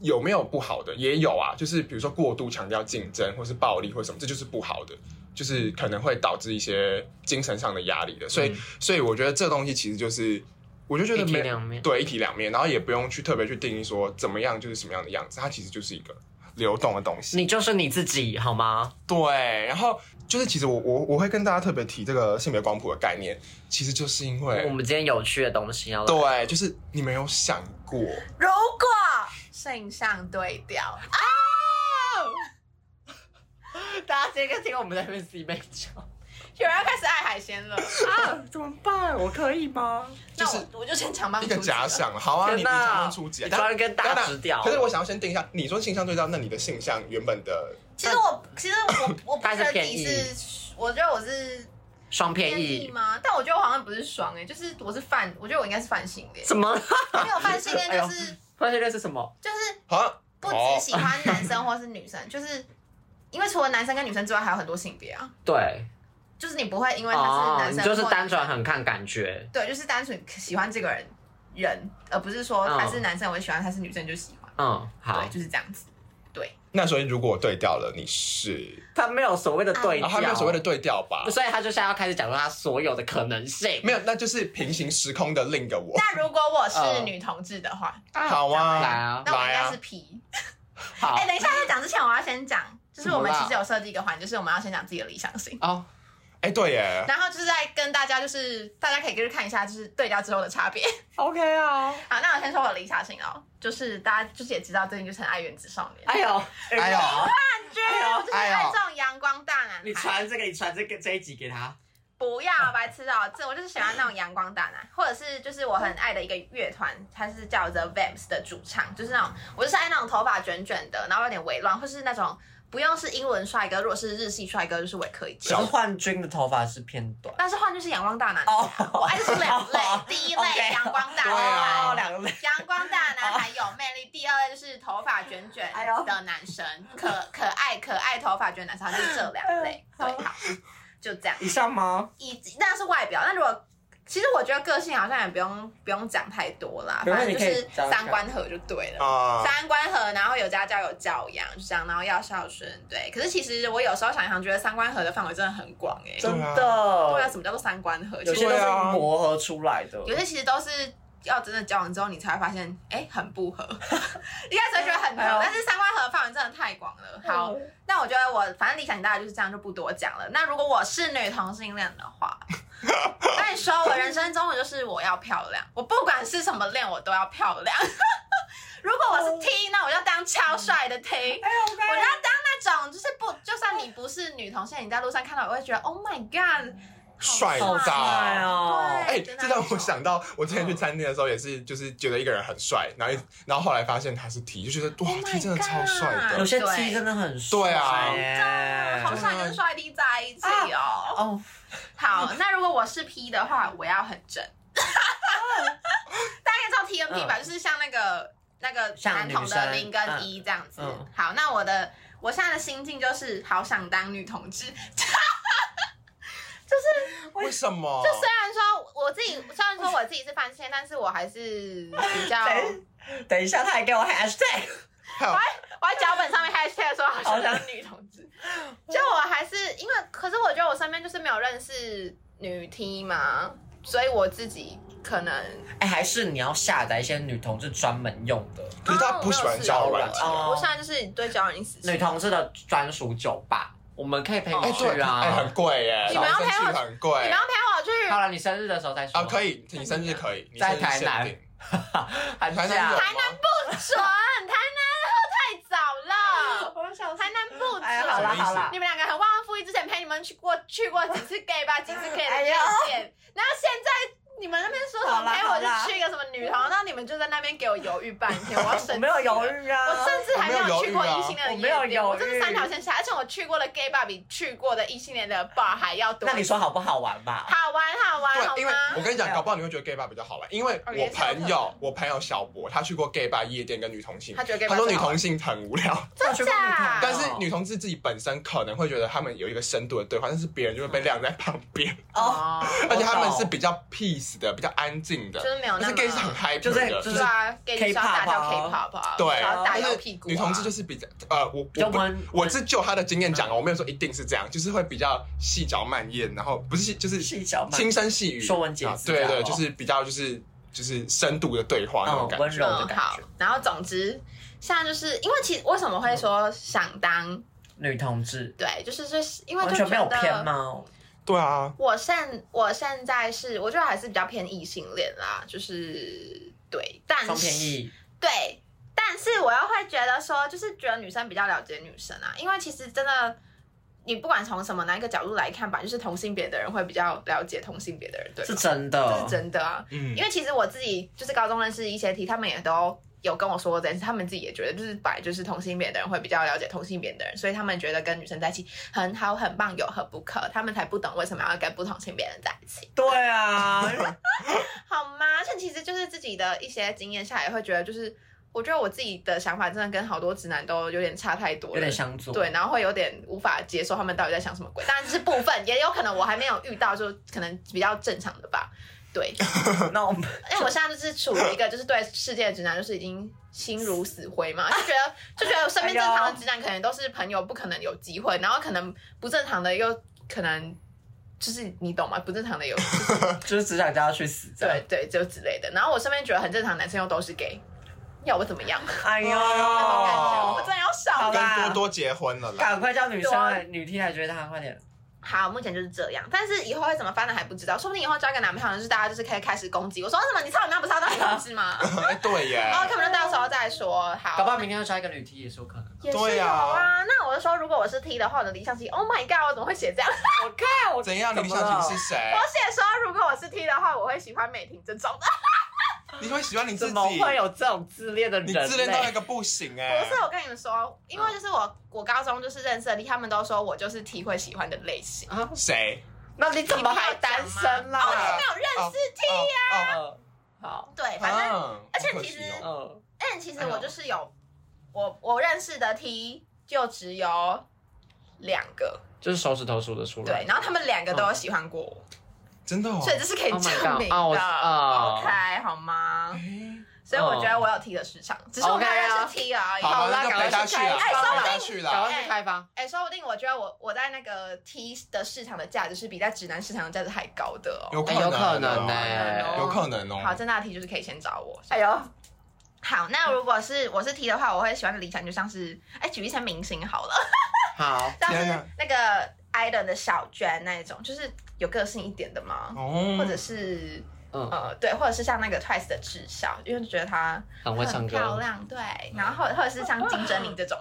Speaker 3: 有没有不好的？也有啊，就是比如说过度强调竞争，或是暴力，或什么，这就是不好的，就是可能会导致一些精神上的压力的。所以，
Speaker 1: 嗯
Speaker 3: 所以我觉得这东西其实就是，我就觉得
Speaker 1: 一体
Speaker 3: 没
Speaker 1: 两面。
Speaker 3: 对一体两面，然后也不用去特别去定义说怎么样就是什么样的样子，它其实就是一个流动的东西。
Speaker 1: 你就是你自己好吗？
Speaker 3: 对，然后就是其实我我我会跟大家特别提这个性别光谱的概念，其实就是因
Speaker 1: 我
Speaker 3: 为
Speaker 1: 们今天有趣的东西要来
Speaker 3: 对，就是你没有想过，
Speaker 2: 如果圣上对调啊，
Speaker 1: 大家今天听我们在那边 C 杯酒
Speaker 2: 有人要开始爱海鲜了。
Speaker 1: 啊，怎么办？我可以吗？
Speaker 3: 就是
Speaker 2: 那我我就先强帮
Speaker 3: 一个
Speaker 2: 出去
Speaker 3: 假
Speaker 2: 了。
Speaker 3: 想，好啊，你
Speaker 1: 天
Speaker 3: 你
Speaker 1: 哪
Speaker 3: 常常出解，
Speaker 1: 你突然跟大指掉
Speaker 3: 可是我想要先定一下，你说性向对照，那你的性向原本的
Speaker 2: 其实我其实我我 不
Speaker 1: 但是
Speaker 2: 觉得
Speaker 1: 偏
Speaker 2: 你
Speaker 1: 异
Speaker 2: 是，我觉得我是
Speaker 1: 双偏
Speaker 2: 异
Speaker 1: 异
Speaker 2: 吗？但我觉得我好像不是双哎、就是我是泛，我觉得我应该是泛性恋。
Speaker 1: 什么？
Speaker 2: 因为我泛性
Speaker 3: 哎
Speaker 2: 恋就是、
Speaker 1: 发现这是什么？
Speaker 2: 就是
Speaker 3: 好啊
Speaker 2: 不
Speaker 3: 像
Speaker 2: 只喜欢男生或是女生， 就是因为除了男生跟女生之外，还有很多性别啊。
Speaker 1: 对，
Speaker 2: 就是你不会因为他是
Speaker 1: 哦，
Speaker 2: 男
Speaker 1: 你
Speaker 2: 生、
Speaker 1: 就是单纯很看感觉，
Speaker 2: 对，就是单纯喜欢这个人人，而不是说他是男生我就喜欢，他是女生就喜欢。
Speaker 1: 嗯，好
Speaker 2: 对，，就是这样子。对，
Speaker 3: 那所以如果对调了，你是，
Speaker 1: 他哦没有所谓
Speaker 2: 啊
Speaker 1: 的对
Speaker 3: 然
Speaker 1: 调，
Speaker 3: 后他没有所谓的，对调吧？
Speaker 1: 所以他就现在要开始讲述他所有的可能性，
Speaker 3: 没有，那就是平行时空的另一个我。
Speaker 2: 那如果我是
Speaker 1: 嗯
Speaker 2: 女同志的话，
Speaker 3: 好啊，
Speaker 1: 来啊
Speaker 2: 那我应
Speaker 3: 来
Speaker 2: 该
Speaker 3: 啊
Speaker 2: 是 P。
Speaker 1: 好
Speaker 2: 哎、，等一下，在讲之前，我要先讲，就是我们
Speaker 1: 怎么啦
Speaker 2: 其实有设计一个环，就是我们要先讲自己的理想型，
Speaker 1: 哦，
Speaker 3: 哎，对耶，
Speaker 2: 然后就是在跟大家，就是大家可以就是看一下，就是对调之后的差别。
Speaker 1: OK 啊，
Speaker 2: 好，那我先说我的理想型哦，就是大家就是也知道，最近就是很爱原子少年，
Speaker 1: 哎呦，
Speaker 3: 哎呦，
Speaker 1: 哎呦
Speaker 2: 就是爱这种阳光大男
Speaker 1: 你
Speaker 2: 孩。
Speaker 1: 传这个，你传这个这一集给他，
Speaker 2: 不要
Speaker 1: 啊
Speaker 2: 白痴哦，这我就是喜欢那种阳光大 男，或者是就是我很爱的一个乐团，它是叫 The Vamps 的主唱，就是那种我就是爱那种头发卷卷的，然后有点微乱，或是那种不用是英伦帅哥，如果是日系帅哥，就是我也可以接
Speaker 1: 小
Speaker 2: 受。
Speaker 1: 幻君的头发是偏短，
Speaker 2: 但是换就是阳光大男孩
Speaker 1: 哦
Speaker 2: 啊，我爱的 是两类，第一类
Speaker 1: OK
Speaker 2: 阳光大
Speaker 3: 对啊
Speaker 2: 男孩。
Speaker 1: 哦，两个类，
Speaker 2: 阳光大男孩有魅力，第二类就是头发卷卷
Speaker 1: 哎呦
Speaker 2: 的男 生，可可爱可爱头发卷男生，就是这两 类。对，好，就这样。
Speaker 1: 以上吗？
Speaker 2: 以及那是外表，那如果其实我觉得个性好像也不用不用讲太多啦，
Speaker 1: 没
Speaker 2: 反
Speaker 1: 关系
Speaker 2: 正就是
Speaker 1: 你可以讲
Speaker 2: 三观合就对
Speaker 1: 哦
Speaker 2: 了。
Speaker 3: 啊，
Speaker 2: 三观合，然后有家教有教养，就这样，然后要孝顺，对。可是其实我有时候想一想，觉得三观合的范围真的很广哎、
Speaker 3: 真
Speaker 1: 真
Speaker 3: 的
Speaker 2: 对啊，
Speaker 1: 的，
Speaker 2: 什么叫做三观合？
Speaker 1: 有
Speaker 2: 其实
Speaker 1: 些都
Speaker 3: 对
Speaker 1: 是
Speaker 3: 啊
Speaker 1: 磨合出来的，
Speaker 2: 有些其实都是要真的交往之后，你才会发现，哎、很不合。 一开始会觉得很合，
Speaker 1: 哎呦哎
Speaker 2: 但是三观合的范围真的太广了。好，那我觉得我反正理想型大概就是这样，就不多讲了。那如果我是女同性恋的话，我跟你说，我人生中的就是我要漂亮，我不管是什么恋，我都要漂亮。 如果我是
Speaker 1: 哦
Speaker 2: T，那我就当超
Speaker 1: 嗯
Speaker 2: 帅的 T，、我
Speaker 1: 哎
Speaker 2: 哎就要当那种就是不，就算你不是女同性恋，你在路上看到我会觉得 Oh my God，哦
Speaker 3: 帅
Speaker 1: 好帅
Speaker 3: 到。
Speaker 1: 哦，
Speaker 3: 哎，
Speaker 2: 真的
Speaker 3: 这让
Speaker 2: 很
Speaker 3: 我
Speaker 2: 爽
Speaker 3: 想到，我之前
Speaker 2: 嗯
Speaker 3: 去餐厅的时候也是，就是觉得一个人很帅，然后一然后后来发现他是 T，就觉得哇
Speaker 2: Oh my
Speaker 3: ，T 真的超帅
Speaker 2: 哎 God
Speaker 3: 的
Speaker 1: 有。些
Speaker 2: 对
Speaker 1: T 真的很帅，
Speaker 3: 对啊
Speaker 2: 啊好帅跟帅弟在一起哦。
Speaker 1: 哦，
Speaker 2: 好，那如果我是 P 的话，我要很正。
Speaker 1: 嗯
Speaker 2: 大家应该知道 TNP 吧，就是像那个那个
Speaker 1: 像
Speaker 2: 男同
Speaker 1: 女
Speaker 2: 的
Speaker 1: 生
Speaker 2: 零跟一这样子
Speaker 1: 嗯。
Speaker 2: 好，那我的我现在的心境就是好想当女同志。
Speaker 1: 哦
Speaker 3: 为什么？
Speaker 2: 就虽然说我自己，虽然说我自己是翻线，但是我还是比较，
Speaker 1: 等等一下，他还给我 hashtag，
Speaker 3: 还有
Speaker 2: 我在脚本上面 hashtag 说好想当女同 志。就我还是因为，可是我觉得我身边就是没有认识女 T 嘛，所以我自己可能
Speaker 1: 哎，还是你要下载一些女同志专门用的
Speaker 3: 可是他不喜欢交友软件。
Speaker 1: 哦
Speaker 2: 我现在就是对交友已经死心
Speaker 1: 女同志的专属酒吧，我们可以陪
Speaker 3: 哎，
Speaker 1: 你
Speaker 3: 对，
Speaker 1: 去
Speaker 3: 哎，
Speaker 1: 啊
Speaker 3: 很。贵耶，
Speaker 2: 你们要
Speaker 3: 早上
Speaker 2: 陪我
Speaker 3: 去很贵。
Speaker 2: 你们要陪我去
Speaker 1: 好了，你生日的时候再说
Speaker 3: 啊，可以，你生日可以，你
Speaker 1: 在
Speaker 3: 生日
Speaker 1: 台
Speaker 3: 限
Speaker 1: 南
Speaker 3: 定
Speaker 1: 寒
Speaker 3: 台南
Speaker 1: 假
Speaker 3: 有吗。
Speaker 2: 啊台南不准，台南喝太早了，
Speaker 1: 我想
Speaker 2: 台南不准。
Speaker 1: 哎，好
Speaker 3: 啦什
Speaker 1: 了
Speaker 3: 么意思
Speaker 1: 好了
Speaker 2: 你，们两个很忘恩负义，之前陪你们去过去过几次 gay 吧，几次 gay 的夜店，然后现在你们那边说什
Speaker 1: 好
Speaker 2: 么
Speaker 1: 啦
Speaker 2: 陪
Speaker 1: 好
Speaker 2: 我
Speaker 1: 啦
Speaker 2: 去去一个什么女团，那你们就在那边给我犹豫半天，我要生
Speaker 1: 我没有
Speaker 2: 气了
Speaker 1: 犹。豫啊，
Speaker 2: 我甚至还没有去过异性恋的夜店，
Speaker 1: 我没有犹豫啊
Speaker 2: 我真的三条线下，而且我去过的 gay bar 比去过的异性恋的 bar 还要多。
Speaker 1: 那你说好不好玩吧？
Speaker 2: 好玩好玩好
Speaker 3: 对，因为我
Speaker 2: 吗？
Speaker 3: 跟你讲，
Speaker 1: 对啊
Speaker 3: 搞不好你会觉得 gay bar 比较好玩，因为
Speaker 2: 哦也
Speaker 3: 我
Speaker 2: 是有可
Speaker 3: 朋友
Speaker 2: 能，
Speaker 3: 我朋友小博，他去过 gay bar 夜店跟女同性，
Speaker 2: 他觉得 gay bar
Speaker 3: 他说
Speaker 2: 最
Speaker 3: 女
Speaker 2: 好玩哦
Speaker 3: 同性很无聊，
Speaker 1: 真
Speaker 2: 假
Speaker 3: 但是女同志自己本身可能会觉得他们有一个深度的对话，但是别人就会被晾在旁边，
Speaker 1: 哦，
Speaker 2: 哦
Speaker 3: 而且他们
Speaker 1: 我懂
Speaker 3: 是比较 peace peace 的，比较安静的
Speaker 2: 就。是没有
Speaker 3: 但
Speaker 2: 那
Speaker 3: 是
Speaker 2: 么
Speaker 3: gay 是很 happy
Speaker 4: 就是
Speaker 3: 的，
Speaker 4: 就是
Speaker 2: 对啊，gay 就是要打掉
Speaker 4: K-pop 啊
Speaker 2: K-pop 啊，
Speaker 3: 对
Speaker 2: 然后打
Speaker 3: 但
Speaker 2: 掉
Speaker 3: 是
Speaker 2: 屁股啊，
Speaker 3: 女同志就是比较呃，我
Speaker 1: 比较
Speaker 3: 我不
Speaker 1: 温
Speaker 3: 我是就她的经验讲
Speaker 4: 嗯
Speaker 3: 哦，我没有说一定是这样，就是会比较细嚼慢咽，然后不是细就是
Speaker 4: 细嚼慢
Speaker 3: 轻声细语，
Speaker 4: 说文解
Speaker 3: 啊
Speaker 4: 字
Speaker 3: 对
Speaker 4: 这样
Speaker 3: 对，
Speaker 4: 哦
Speaker 3: 就是比较就是就是深度的对话那种
Speaker 4: 嗯，
Speaker 3: 感
Speaker 4: 温
Speaker 3: 觉。
Speaker 4: 柔的
Speaker 2: 嗯
Speaker 4: 感
Speaker 2: 好
Speaker 4: 觉。。
Speaker 2: 然后总之，现在就是因为其实为什么会说想当
Speaker 4: 女同志
Speaker 2: 对，就是就是因为
Speaker 4: 完
Speaker 2: 就
Speaker 4: 全没有
Speaker 2: 觉
Speaker 4: 偏
Speaker 2: 得
Speaker 4: 吗？
Speaker 3: 对啊，
Speaker 2: 我现我现在是我觉得还是比较偏异性恋啦，就是对，但
Speaker 4: 双偏
Speaker 2: 是
Speaker 4: 异，
Speaker 2: 对，但是我又会觉得说，就是觉得女生比较了解女生啊，因为其实真的。你不管从什么哪一个角度来看吧，就是同性别的人会比较了解同性别的人，对吧
Speaker 4: 是真
Speaker 2: 这
Speaker 4: 的，
Speaker 2: 是真的啊。
Speaker 3: 嗯
Speaker 2: 因，为其实我自己就是高中认识一些 T，他们也都有跟我说过这件事，他们自己也觉得就是本来就是同性恋的人会比较了解同性恋的人，所以他们觉得跟女生在一起很好、很棒、有何不可，他们才不懂为什么要跟不同性别人在一起，
Speaker 4: 对啊，
Speaker 2: 好吗？而且其实就是自己的一些经验下来，会觉得就是我觉得我自己的想法真的跟好多直男都有点差太多了，
Speaker 4: 有点相左。
Speaker 2: 对，，然后会有点无法接受他们到底在想什么鬼。当然这是部分，也有可能我还没有遇到，就可能比较正常的吧。对，
Speaker 4: 那我们
Speaker 2: 因为我现在就是处于一个就是对世界的直男就是已经心如死灰 嘛，就觉得就觉得我身边正常的直男可能都是朋友，不可能有机会，然后可能不正常的又可能就是你懂吗？不正常的有
Speaker 4: 就是只想叫他去死。这样
Speaker 2: 对，对就之类的，然后我身边觉得很正常的男生又都是 gay，要我怎么样？
Speaker 4: 哎呦，
Speaker 2: 那种感觉
Speaker 3: 哦
Speaker 2: 我真的要笑
Speaker 4: 好
Speaker 2: 了。
Speaker 4: 吧
Speaker 3: 跟多多结婚了啦。
Speaker 4: 赶快叫女生
Speaker 2: 对啊
Speaker 4: 来，女 T 来追他，快点。
Speaker 2: 好，目前就是这样，但是以后会怎么发展还不知道，说不定以后交一个男朋友，就是大家就是可以开始攻击我说什么你操你妈不是要当同志吗？
Speaker 3: 哎，对耶
Speaker 2: 然，后他们就到时候再说。好，
Speaker 1: 搞不好明天要加一个女 T 也是有可能的。
Speaker 2: 也是
Speaker 3: 对
Speaker 2: 有
Speaker 3: 呀
Speaker 2: 啊。那我就说，如果我是 T 的话，我的理想型，Oh my god，我怎么会写这样？我看我。
Speaker 3: 怎样？
Speaker 4: 怎
Speaker 3: 理
Speaker 4: 么
Speaker 3: 想型是谁
Speaker 2: 我？写说，如果我是 T 的话，我会喜欢美婷这种的。
Speaker 3: 你会喜欢你自
Speaker 4: 怎
Speaker 3: 己？
Speaker 4: 么会有这种自恋的人
Speaker 3: 你
Speaker 4: 类？
Speaker 3: 自恋到一个不行哎
Speaker 2: 不！是，我跟你们说，因为就是我，我高中就是认识的 T，他们都说我就是 T 会喜欢的类型。
Speaker 1: 啊，
Speaker 3: 谁？
Speaker 4: 那你怎么还单身
Speaker 2: 哦，我就是
Speaker 4: 啦？
Speaker 2: 没有认识 T。
Speaker 3: 呀！
Speaker 4: 嗯，好，
Speaker 2: 对，反正，
Speaker 3: 哦啊，
Speaker 2: 而且
Speaker 3: 好可
Speaker 2: 其实
Speaker 3: 惜哦
Speaker 4: 嗯，
Speaker 2: 但其实我就是有，我我认识的 T 就只有两个，
Speaker 1: 就是手指头数得出来。
Speaker 2: 对，然后他们两个都有喜欢过我，
Speaker 3: 真的哦
Speaker 2: 所以这是可以
Speaker 1: Oh my
Speaker 2: 证
Speaker 1: God，
Speaker 2: 明
Speaker 1: 啊我
Speaker 2: 的。
Speaker 3: oh,
Speaker 1: 啊
Speaker 2: OK，好吗？
Speaker 3: 哎
Speaker 2: 所以我觉得我有 T 的市场，只是我没有认识 T
Speaker 4: 哎
Speaker 2: 而已。
Speaker 3: Oh 好
Speaker 1: 好
Speaker 3: 了，
Speaker 1: 啦
Speaker 3: 那就
Speaker 1: 赶快
Speaker 3: 陪他
Speaker 1: 去
Speaker 3: 去啊了，
Speaker 1: 开
Speaker 3: 陪
Speaker 2: 房
Speaker 3: 他
Speaker 2: 哎
Speaker 3: 去
Speaker 1: 赶
Speaker 3: 了。
Speaker 1: 快去开发。
Speaker 2: 哎、说不定我觉得我我在那个 T 的市场的价值是比在直男市场的价值还高的哦。
Speaker 3: 有
Speaker 1: 哎有可
Speaker 3: 哦
Speaker 1: 能呢、
Speaker 3: 有可能哦。
Speaker 2: 好，正大 T 就是可以先找我。哎呦，好，那如果是我是 T 的话，我会喜欢的理想就像是，哎、举一些明星好了，
Speaker 1: 好，
Speaker 2: 像
Speaker 3: 天
Speaker 2: 是
Speaker 3: 哪
Speaker 2: 那个 idol 的小娟那一种，就是有个性一点的嘛，
Speaker 3: 哦，
Speaker 2: 或者是。
Speaker 1: 嗯
Speaker 2: 呃，对，或者是像那个 Twice 的智孝，因为就觉得她
Speaker 1: 很会唱
Speaker 2: 很漂
Speaker 1: 歌。
Speaker 2: 亮，对，然后或者是像金珍妮这 种，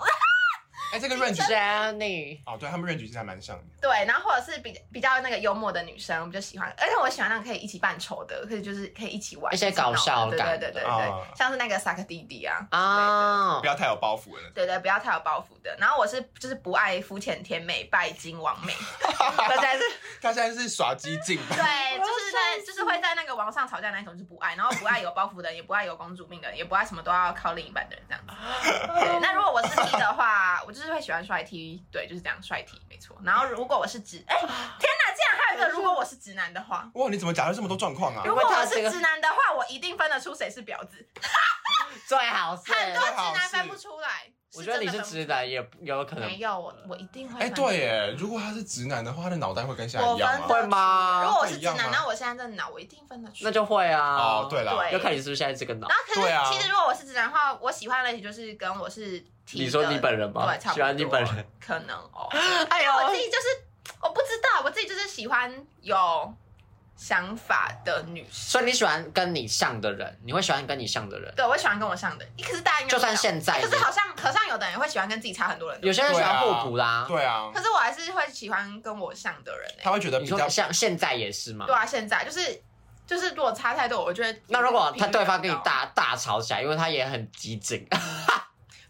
Speaker 3: 哎，这个 range 是
Speaker 1: Jenny，
Speaker 3: 哦，对他们 range 其实还蛮像的。
Speaker 2: 对，然后或者是比比较那个幽默的女生，我比较喜欢，而且我喜欢那种可以一起扮丑的，可以就是可以一起玩，
Speaker 1: 一些
Speaker 2: 一起闹
Speaker 1: 搞笑
Speaker 2: 对
Speaker 1: 感
Speaker 2: 对对对对，
Speaker 3: 啊
Speaker 2: 像是那个萨克弟弟啊，
Speaker 1: 啊
Speaker 3: 不，要太有包袱了。
Speaker 2: 对对，不要太有包袱的。然后我是就是不爱肤浅甜美拜金王美，
Speaker 4: 大家还是
Speaker 3: 他现在是耍激进
Speaker 2: 对，
Speaker 3: 吧？
Speaker 2: 就是在就是会在那个网上吵架那一种，就是不爱，然后不爱有包袱的人，也不爱有公主命的人，也不爱什么都要靠另一半的人这样子。
Speaker 1: 哦
Speaker 2: 对，那如果我是 T 的话，我就是会喜欢帅 T，对，就是这样帅 T 没错。然后如果我是直，哎、天哪，竟然还有一个如果我是直男的话。
Speaker 3: 哇，你怎么假设这么多状况啊？
Speaker 2: 如果我是直男的话，我一定分得出谁是婊子，
Speaker 1: 最好是。
Speaker 2: 很多直男分不出来。
Speaker 1: 我觉得你
Speaker 2: 真
Speaker 1: 是
Speaker 2: 的分不
Speaker 1: 直男，也不有可
Speaker 2: 出来，没
Speaker 1: 能
Speaker 2: 有我，我一定会。
Speaker 3: 哎，对，耶，如果他是直男的话，他的脑袋会跟现在
Speaker 2: 我
Speaker 3: 一样啊
Speaker 2: 分得
Speaker 3: 吗？
Speaker 1: 会吗
Speaker 2: 出如果我是直
Speaker 3: 会一样啊
Speaker 2: 男，
Speaker 3: 吗
Speaker 2: 那我现在在脑，我一定分得出
Speaker 1: 那
Speaker 2: 来。
Speaker 1: 就会啊。
Speaker 3: 哦，对了，
Speaker 2: 对
Speaker 1: 要看你是不是现在这个脑
Speaker 2: 然。后可
Speaker 3: 对啊
Speaker 2: 是其实如果我是直男的话，我喜欢的类型就是跟我是 T 的。
Speaker 1: 你说你本人吗
Speaker 2: 对，差不多
Speaker 1: 喜欢你本人？
Speaker 2: 可能 哦，
Speaker 1: 哎呦
Speaker 2: 我自己就是我不知道，我自己就是喜欢有想法的女
Speaker 1: 所以
Speaker 2: 生。
Speaker 1: 你喜欢跟你像的人，你会喜欢跟你像的人。
Speaker 2: 对，我喜欢跟我像的，可是大家应该
Speaker 1: 就算
Speaker 2: 不知道
Speaker 1: 现在
Speaker 2: 哎可是
Speaker 1: 也
Speaker 2: 好像好像有的人会喜欢跟自己差很多人的
Speaker 1: 有些人喜欢互补啦，
Speaker 3: 对啊
Speaker 2: 可，是我还是会喜欢跟我像的人、欸
Speaker 3: 他。会觉得
Speaker 1: 你
Speaker 3: 比
Speaker 1: 说
Speaker 3: 较
Speaker 1: 像现在也是吗
Speaker 2: 对？啊，现在就是就是，如果差太多，我觉得
Speaker 1: 那如果他对方跟你
Speaker 2: 打，
Speaker 1: 大大吵起来，因为他也很激进，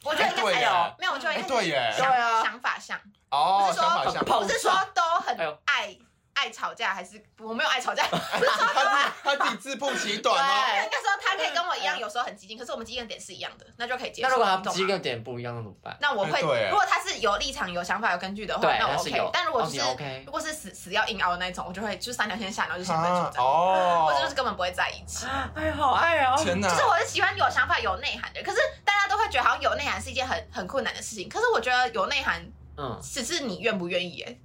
Speaker 2: 我觉得应该
Speaker 3: 哎对
Speaker 2: 还
Speaker 3: 耶
Speaker 2: 有没有，我觉得应
Speaker 3: 哎
Speaker 2: 该
Speaker 3: 对耶
Speaker 2: 想
Speaker 1: 对啊
Speaker 2: 想法像，
Speaker 3: 哦
Speaker 2: 不，是
Speaker 3: 想
Speaker 2: 说
Speaker 3: 法像
Speaker 1: 碰
Speaker 2: 不是说都很
Speaker 1: 哎呦
Speaker 2: 爱爱吵架，还是我没有爱吵 架，是说
Speaker 3: 他自他自己自曝其短哦。
Speaker 2: 应该说他可以跟我一样，有时候很激进，可是我们激进的点是一样的，那就可以接受。
Speaker 1: 那如果他
Speaker 2: 你懂吗
Speaker 1: 激个点不一样怎么办？
Speaker 2: 那我
Speaker 3: 哎
Speaker 2: 会，
Speaker 3: 对
Speaker 2: 如果他是有立场、有想法、有根据的话
Speaker 1: 对，
Speaker 2: 哦那我
Speaker 1: 他是
Speaker 2: OK
Speaker 1: 有。
Speaker 2: 但如果就
Speaker 1: 哦
Speaker 2: 是、
Speaker 1: 你 OK
Speaker 2: 如果是死死要硬熬的那一种，我就会就是三条线下，然后就先分手
Speaker 3: 啊
Speaker 2: 这样，或者就
Speaker 3: 哦
Speaker 2: 是，根本不会在一
Speaker 1: 啊
Speaker 2: 起。
Speaker 4: 哎，好爱哦！
Speaker 3: 天哪
Speaker 2: 就！是我是喜欢有想法、有内涵的，可是大家都会觉得好像有内涵是一件很很困难的事情。可是我觉得有内涵
Speaker 1: 嗯，
Speaker 2: 只是你愿不愿意、欸，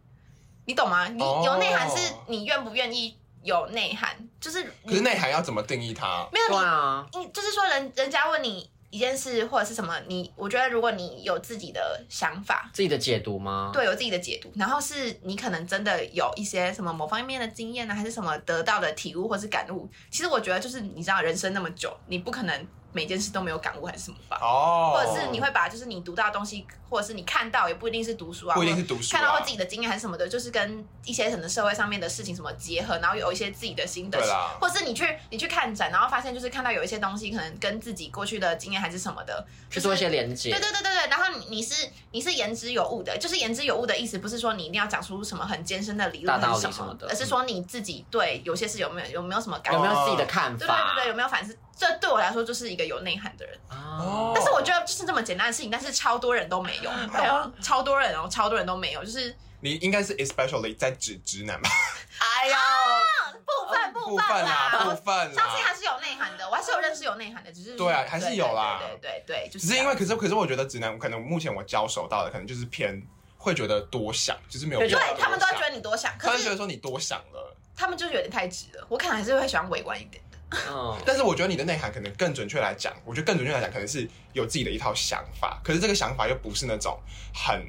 Speaker 2: 你懂吗？你
Speaker 3: 哦
Speaker 2: 有内涵是你愿不愿意有内涵，就是
Speaker 3: 可
Speaker 2: 你
Speaker 3: 是内涵要怎么定义它？
Speaker 2: 没有你
Speaker 1: 对啊，
Speaker 2: 你就是说人人家问你一件事或者是什么，你我觉得如果你有自己的想法，
Speaker 1: 自己的解读吗？，
Speaker 2: 对，有自己的解读，然后是你可能真的有一些什么某方面的经验呢、啊还是什么得到的体悟或是感悟。其实我觉得就是你知道人生那么久，你不可能每件事都没有感悟还是什么吧。
Speaker 3: 哦，
Speaker 2: 或者是你会把就是你读到的东西，或者是你看到，也不一定是读书啊，
Speaker 3: 不一定
Speaker 2: 或
Speaker 3: 是读书啊
Speaker 2: 看到或自己的经验还是什么的，就是跟一些可能社会上面的事情什么结合，然后有一些自己的心得
Speaker 3: 对啦，
Speaker 2: 或是你去你去看展，然后发现就是看到有一些东西可能跟自己过去的经验还是什么的，
Speaker 1: 去做一些连
Speaker 2: 对
Speaker 1: 接。
Speaker 2: 对对对对，然后你你是你是言之有物的，就是言之有物的意思，不是说你一定要讲出什么很艰深的理论
Speaker 1: 大道
Speaker 2: 还
Speaker 1: 理
Speaker 2: 是什
Speaker 1: 什么的
Speaker 2: 而是说你自己对有些事有没有有没有什么感
Speaker 1: 有没
Speaker 2: 觉，
Speaker 1: 有自己的看
Speaker 2: 对对对
Speaker 1: 法？
Speaker 2: 对，有没有反思？这对我来说就是一个有内涵的人。
Speaker 1: 哦，
Speaker 2: 但是我觉得就是这么简单的事情，但是超多人都没有，
Speaker 4: 哎呀
Speaker 2: 超多人哦，超多人都没有，就是
Speaker 3: 你应该是 especially 在指直男吧？
Speaker 4: 哎呀，
Speaker 2: 啊部分部
Speaker 3: 部
Speaker 2: 分
Speaker 3: 分啦，
Speaker 2: 啦。
Speaker 3: 部
Speaker 2: 我
Speaker 3: 分
Speaker 2: 相信还
Speaker 3: 啦。
Speaker 2: 是有内涵的，我还是有认识有内涵的，只是
Speaker 3: 对啊还是有啦
Speaker 2: 对对对，对就
Speaker 3: 只
Speaker 2: 是
Speaker 3: 是
Speaker 2: 这
Speaker 3: 因
Speaker 2: 样
Speaker 3: 为，可是可是我觉得直男可能目前我交手到的，可能就是偏会觉得多想，就是没有
Speaker 1: 对
Speaker 3: 必要
Speaker 2: 对他们都
Speaker 3: 多
Speaker 2: 会
Speaker 3: 想
Speaker 2: 觉得你多想，
Speaker 3: 他
Speaker 2: 可
Speaker 3: 们觉得
Speaker 2: 是
Speaker 3: 说你多想了，
Speaker 2: 他们就是有点太直了，我可能还是会喜欢委婉一点。
Speaker 1: 嗯，
Speaker 3: 但是我觉得你的内涵可能更准确来讲，我觉得更准确来讲，可能是有自己的一套想法，可是这个想法又不是那种很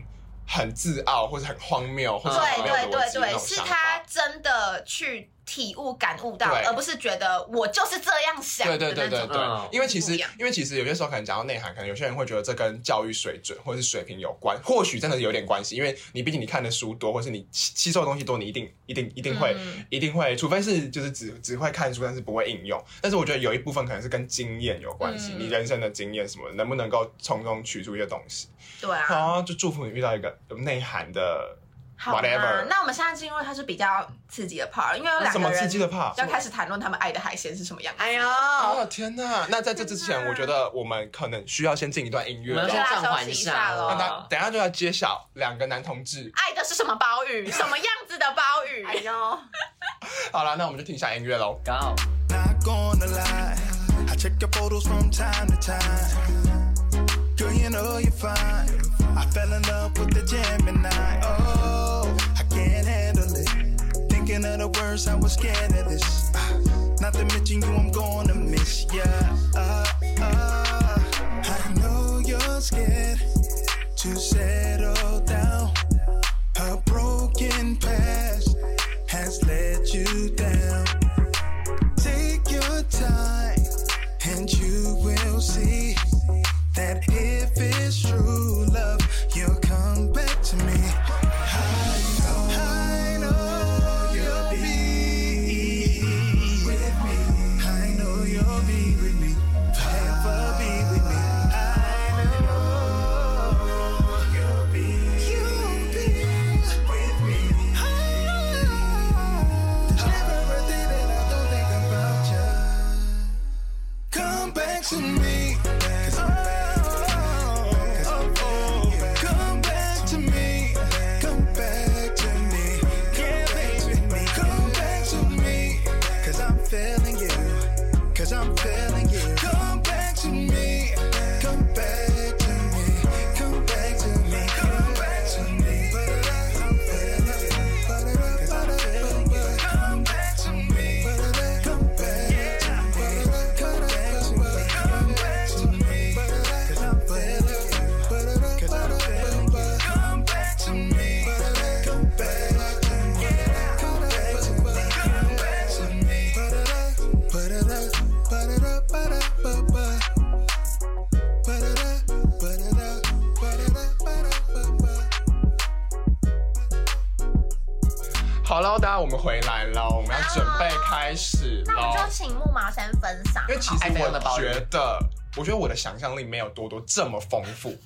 Speaker 3: 很自傲或者很荒谬或者很嗯没有
Speaker 2: 对对
Speaker 3: 逻
Speaker 2: 对
Speaker 3: 辑的那
Speaker 2: 对，
Speaker 3: 种
Speaker 2: 是
Speaker 3: 想
Speaker 2: 他
Speaker 3: 法。
Speaker 2: 真的去体悟、感悟到
Speaker 3: 对，
Speaker 2: 而不是觉得我就是这样想的
Speaker 3: 对
Speaker 2: 那
Speaker 3: 对
Speaker 2: 种。
Speaker 3: 对对对
Speaker 1: 嗯，
Speaker 3: 因为其
Speaker 2: 不
Speaker 3: 实
Speaker 2: 一样
Speaker 3: 因为其实有些时候可能讲到内涵，可能有些人会觉得这跟教育水准或是水平有关，或许真的有点关系，因为你毕竟你看的书多，或是你吸吸收的东西多，你一定一定一定会
Speaker 2: 嗯
Speaker 3: 一定会，除非是就是只只会看书，但是不会应用。但是我觉得有一部分可能是跟经验有关系，
Speaker 2: 嗯
Speaker 3: 你人生的经验什么的，能不能够从中取出一些东西。
Speaker 2: 对啊。
Speaker 3: 好，就祝福你遇到一个有内涵的
Speaker 2: 好
Speaker 3: whatever
Speaker 2: 嘛，那我们现在进入它是比较刺激的 part，因为有两
Speaker 3: 什
Speaker 2: 个
Speaker 3: 么刺
Speaker 2: 人
Speaker 3: 激的怕。
Speaker 2: 要开始谈论他们爱的海鲜是什么样子。
Speaker 4: 哎呦，
Speaker 3: 哦天呐！那在这之前
Speaker 2: 天，哪
Speaker 3: 我觉得我们可能需要先进一段音乐
Speaker 1: 我们要先
Speaker 3: 了。
Speaker 1: 暂缓一下
Speaker 2: 对
Speaker 3: 那
Speaker 2: 啊
Speaker 1: 咯。
Speaker 3: 大等一下就要揭晓两个男同志。
Speaker 2: 爱的是什么鲍鱼？什么样子的鲍鱼？
Speaker 4: 哎呦，
Speaker 3: 好了，那我们就听一下音乐喽。
Speaker 1: Go，
Speaker 5: Not gonna lie, I check your photos from time to time. Girl, you know you're fine. I fell in love with the Gemini. Oh, I can't handle it. Thinking of the words, I was scared of this. Ah, Not to mention you, I'm gonna miss ya. Uh, uh, I know you're scared to settle down. A broken past has let you down. Take your time, and you will see that if it's true love, you'll come back to me. I know, I know you'll be with me. I know you'll be with me. Forever be with me. I know you'll be, you'll be with me. I know there's never a day that I don't think about you. Come back to me. Oh, Cause I'm back. Cause I'm back. Oh, Come back to me. Come back to me. Come back to me. Come back to me. Cause I'm feeling you. Cause I'm feeling you. Come back to me. Come back to me. Come back to me. Come back to me. But I'm feeling you. Cause I'm feeling you. Come back to me. Come back to me. Come back to me. Come back to me. Cause I'm feeling you. Cause I'm feeling you. Come back to me. Come back to me. Come back to me. Come back to me. Put it up. Put it up. Put it up. Put it up. Put it up. Put it up. Put it up. Put it up.
Speaker 3: 好喽，大家我们回来喽，我们要准备开始
Speaker 2: 那我
Speaker 3: 喽
Speaker 2: 们。就请木毛先分享
Speaker 1: 哦
Speaker 3: 因为。其实
Speaker 1: 爱怎样的
Speaker 3: 我
Speaker 1: 包容
Speaker 3: 觉得，我觉得我的想象力没有多多这么丰富。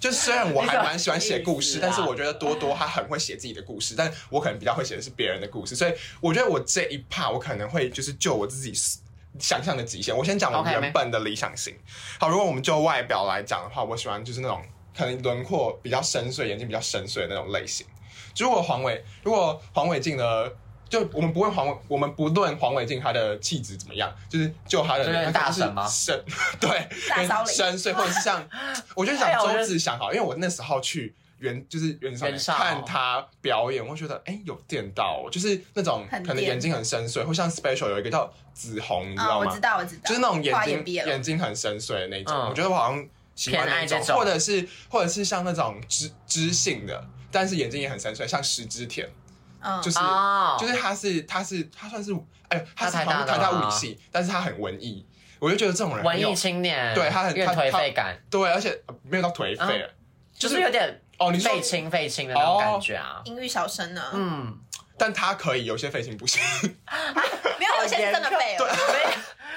Speaker 3: 就虽然我还蛮喜欢写故事，
Speaker 1: 你说
Speaker 3: 但
Speaker 1: 意思啊
Speaker 3: 是我觉得多多他很会写自己的故事，但我可能比较会写的是别人的故事，所以我觉得我这一 part 我可能会就是就我自己想象的极限。我先讲我
Speaker 1: OK，没
Speaker 3: 原本的理想型。好，如果我们就外表来讲的话，我喜欢就是那种可能轮廓比较深邃、眼睛比较深邃的那种类型。如果黄伟，如果黄伟进了。就我们不问黄伟，我们不论黄伟进他的气质怎么样，就是就他的
Speaker 1: 就是
Speaker 3: 他
Speaker 1: 大
Speaker 3: 就是
Speaker 1: 神吗
Speaker 3: 神 对，
Speaker 2: 大骚灵
Speaker 3: 深邃，或者是像， 我就想
Speaker 1: 哎呀我觉
Speaker 3: 周
Speaker 1: 得
Speaker 3: 志祥好，因为我那时候去原就是原上
Speaker 1: 原上
Speaker 3: 看他表演，我觉得哎、有电到哦，就是那种
Speaker 2: 很
Speaker 3: 可能
Speaker 2: 电
Speaker 3: 眼睛很深邃，或像 special 有一个叫紫红，你知
Speaker 2: 啊，
Speaker 3: 道
Speaker 2: 我
Speaker 3: 吗？
Speaker 2: 知道，我知道，
Speaker 3: 就是那种
Speaker 2: 花眼
Speaker 3: 眼睛
Speaker 2: 毕业了
Speaker 3: 眼睛很深邃的那种，
Speaker 1: 嗯
Speaker 3: 我觉得我好像喜欢那
Speaker 1: 偏
Speaker 3: 种
Speaker 1: 爱这，种
Speaker 3: 或者是或者是像那种知知性的，但是眼睛也很深邃，像石之田，
Speaker 2: 嗯，
Speaker 3: 就是、
Speaker 1: 哦，
Speaker 3: 就是他是他是他算是哎，他是
Speaker 1: 他台
Speaker 3: 好像
Speaker 1: 大
Speaker 3: 台
Speaker 1: 的
Speaker 3: 大物理
Speaker 1: 吗
Speaker 3: 系，但是他很文艺，我就觉得这种人
Speaker 1: 文
Speaker 3: 很有
Speaker 1: 艺青年，
Speaker 3: 对他很
Speaker 1: 有点
Speaker 3: 他
Speaker 1: 颓
Speaker 3: 他
Speaker 1: 废感，
Speaker 3: 对，而且呃没有到颓废，
Speaker 1: 就是有点
Speaker 3: 哦，你说
Speaker 1: 嗯
Speaker 3: 哦
Speaker 1: 废青废青的那种感觉啊。
Speaker 2: 音域小生呢，
Speaker 1: 嗯，
Speaker 3: 但他可以，有些废青不行，
Speaker 2: 没有，有些是真的废了，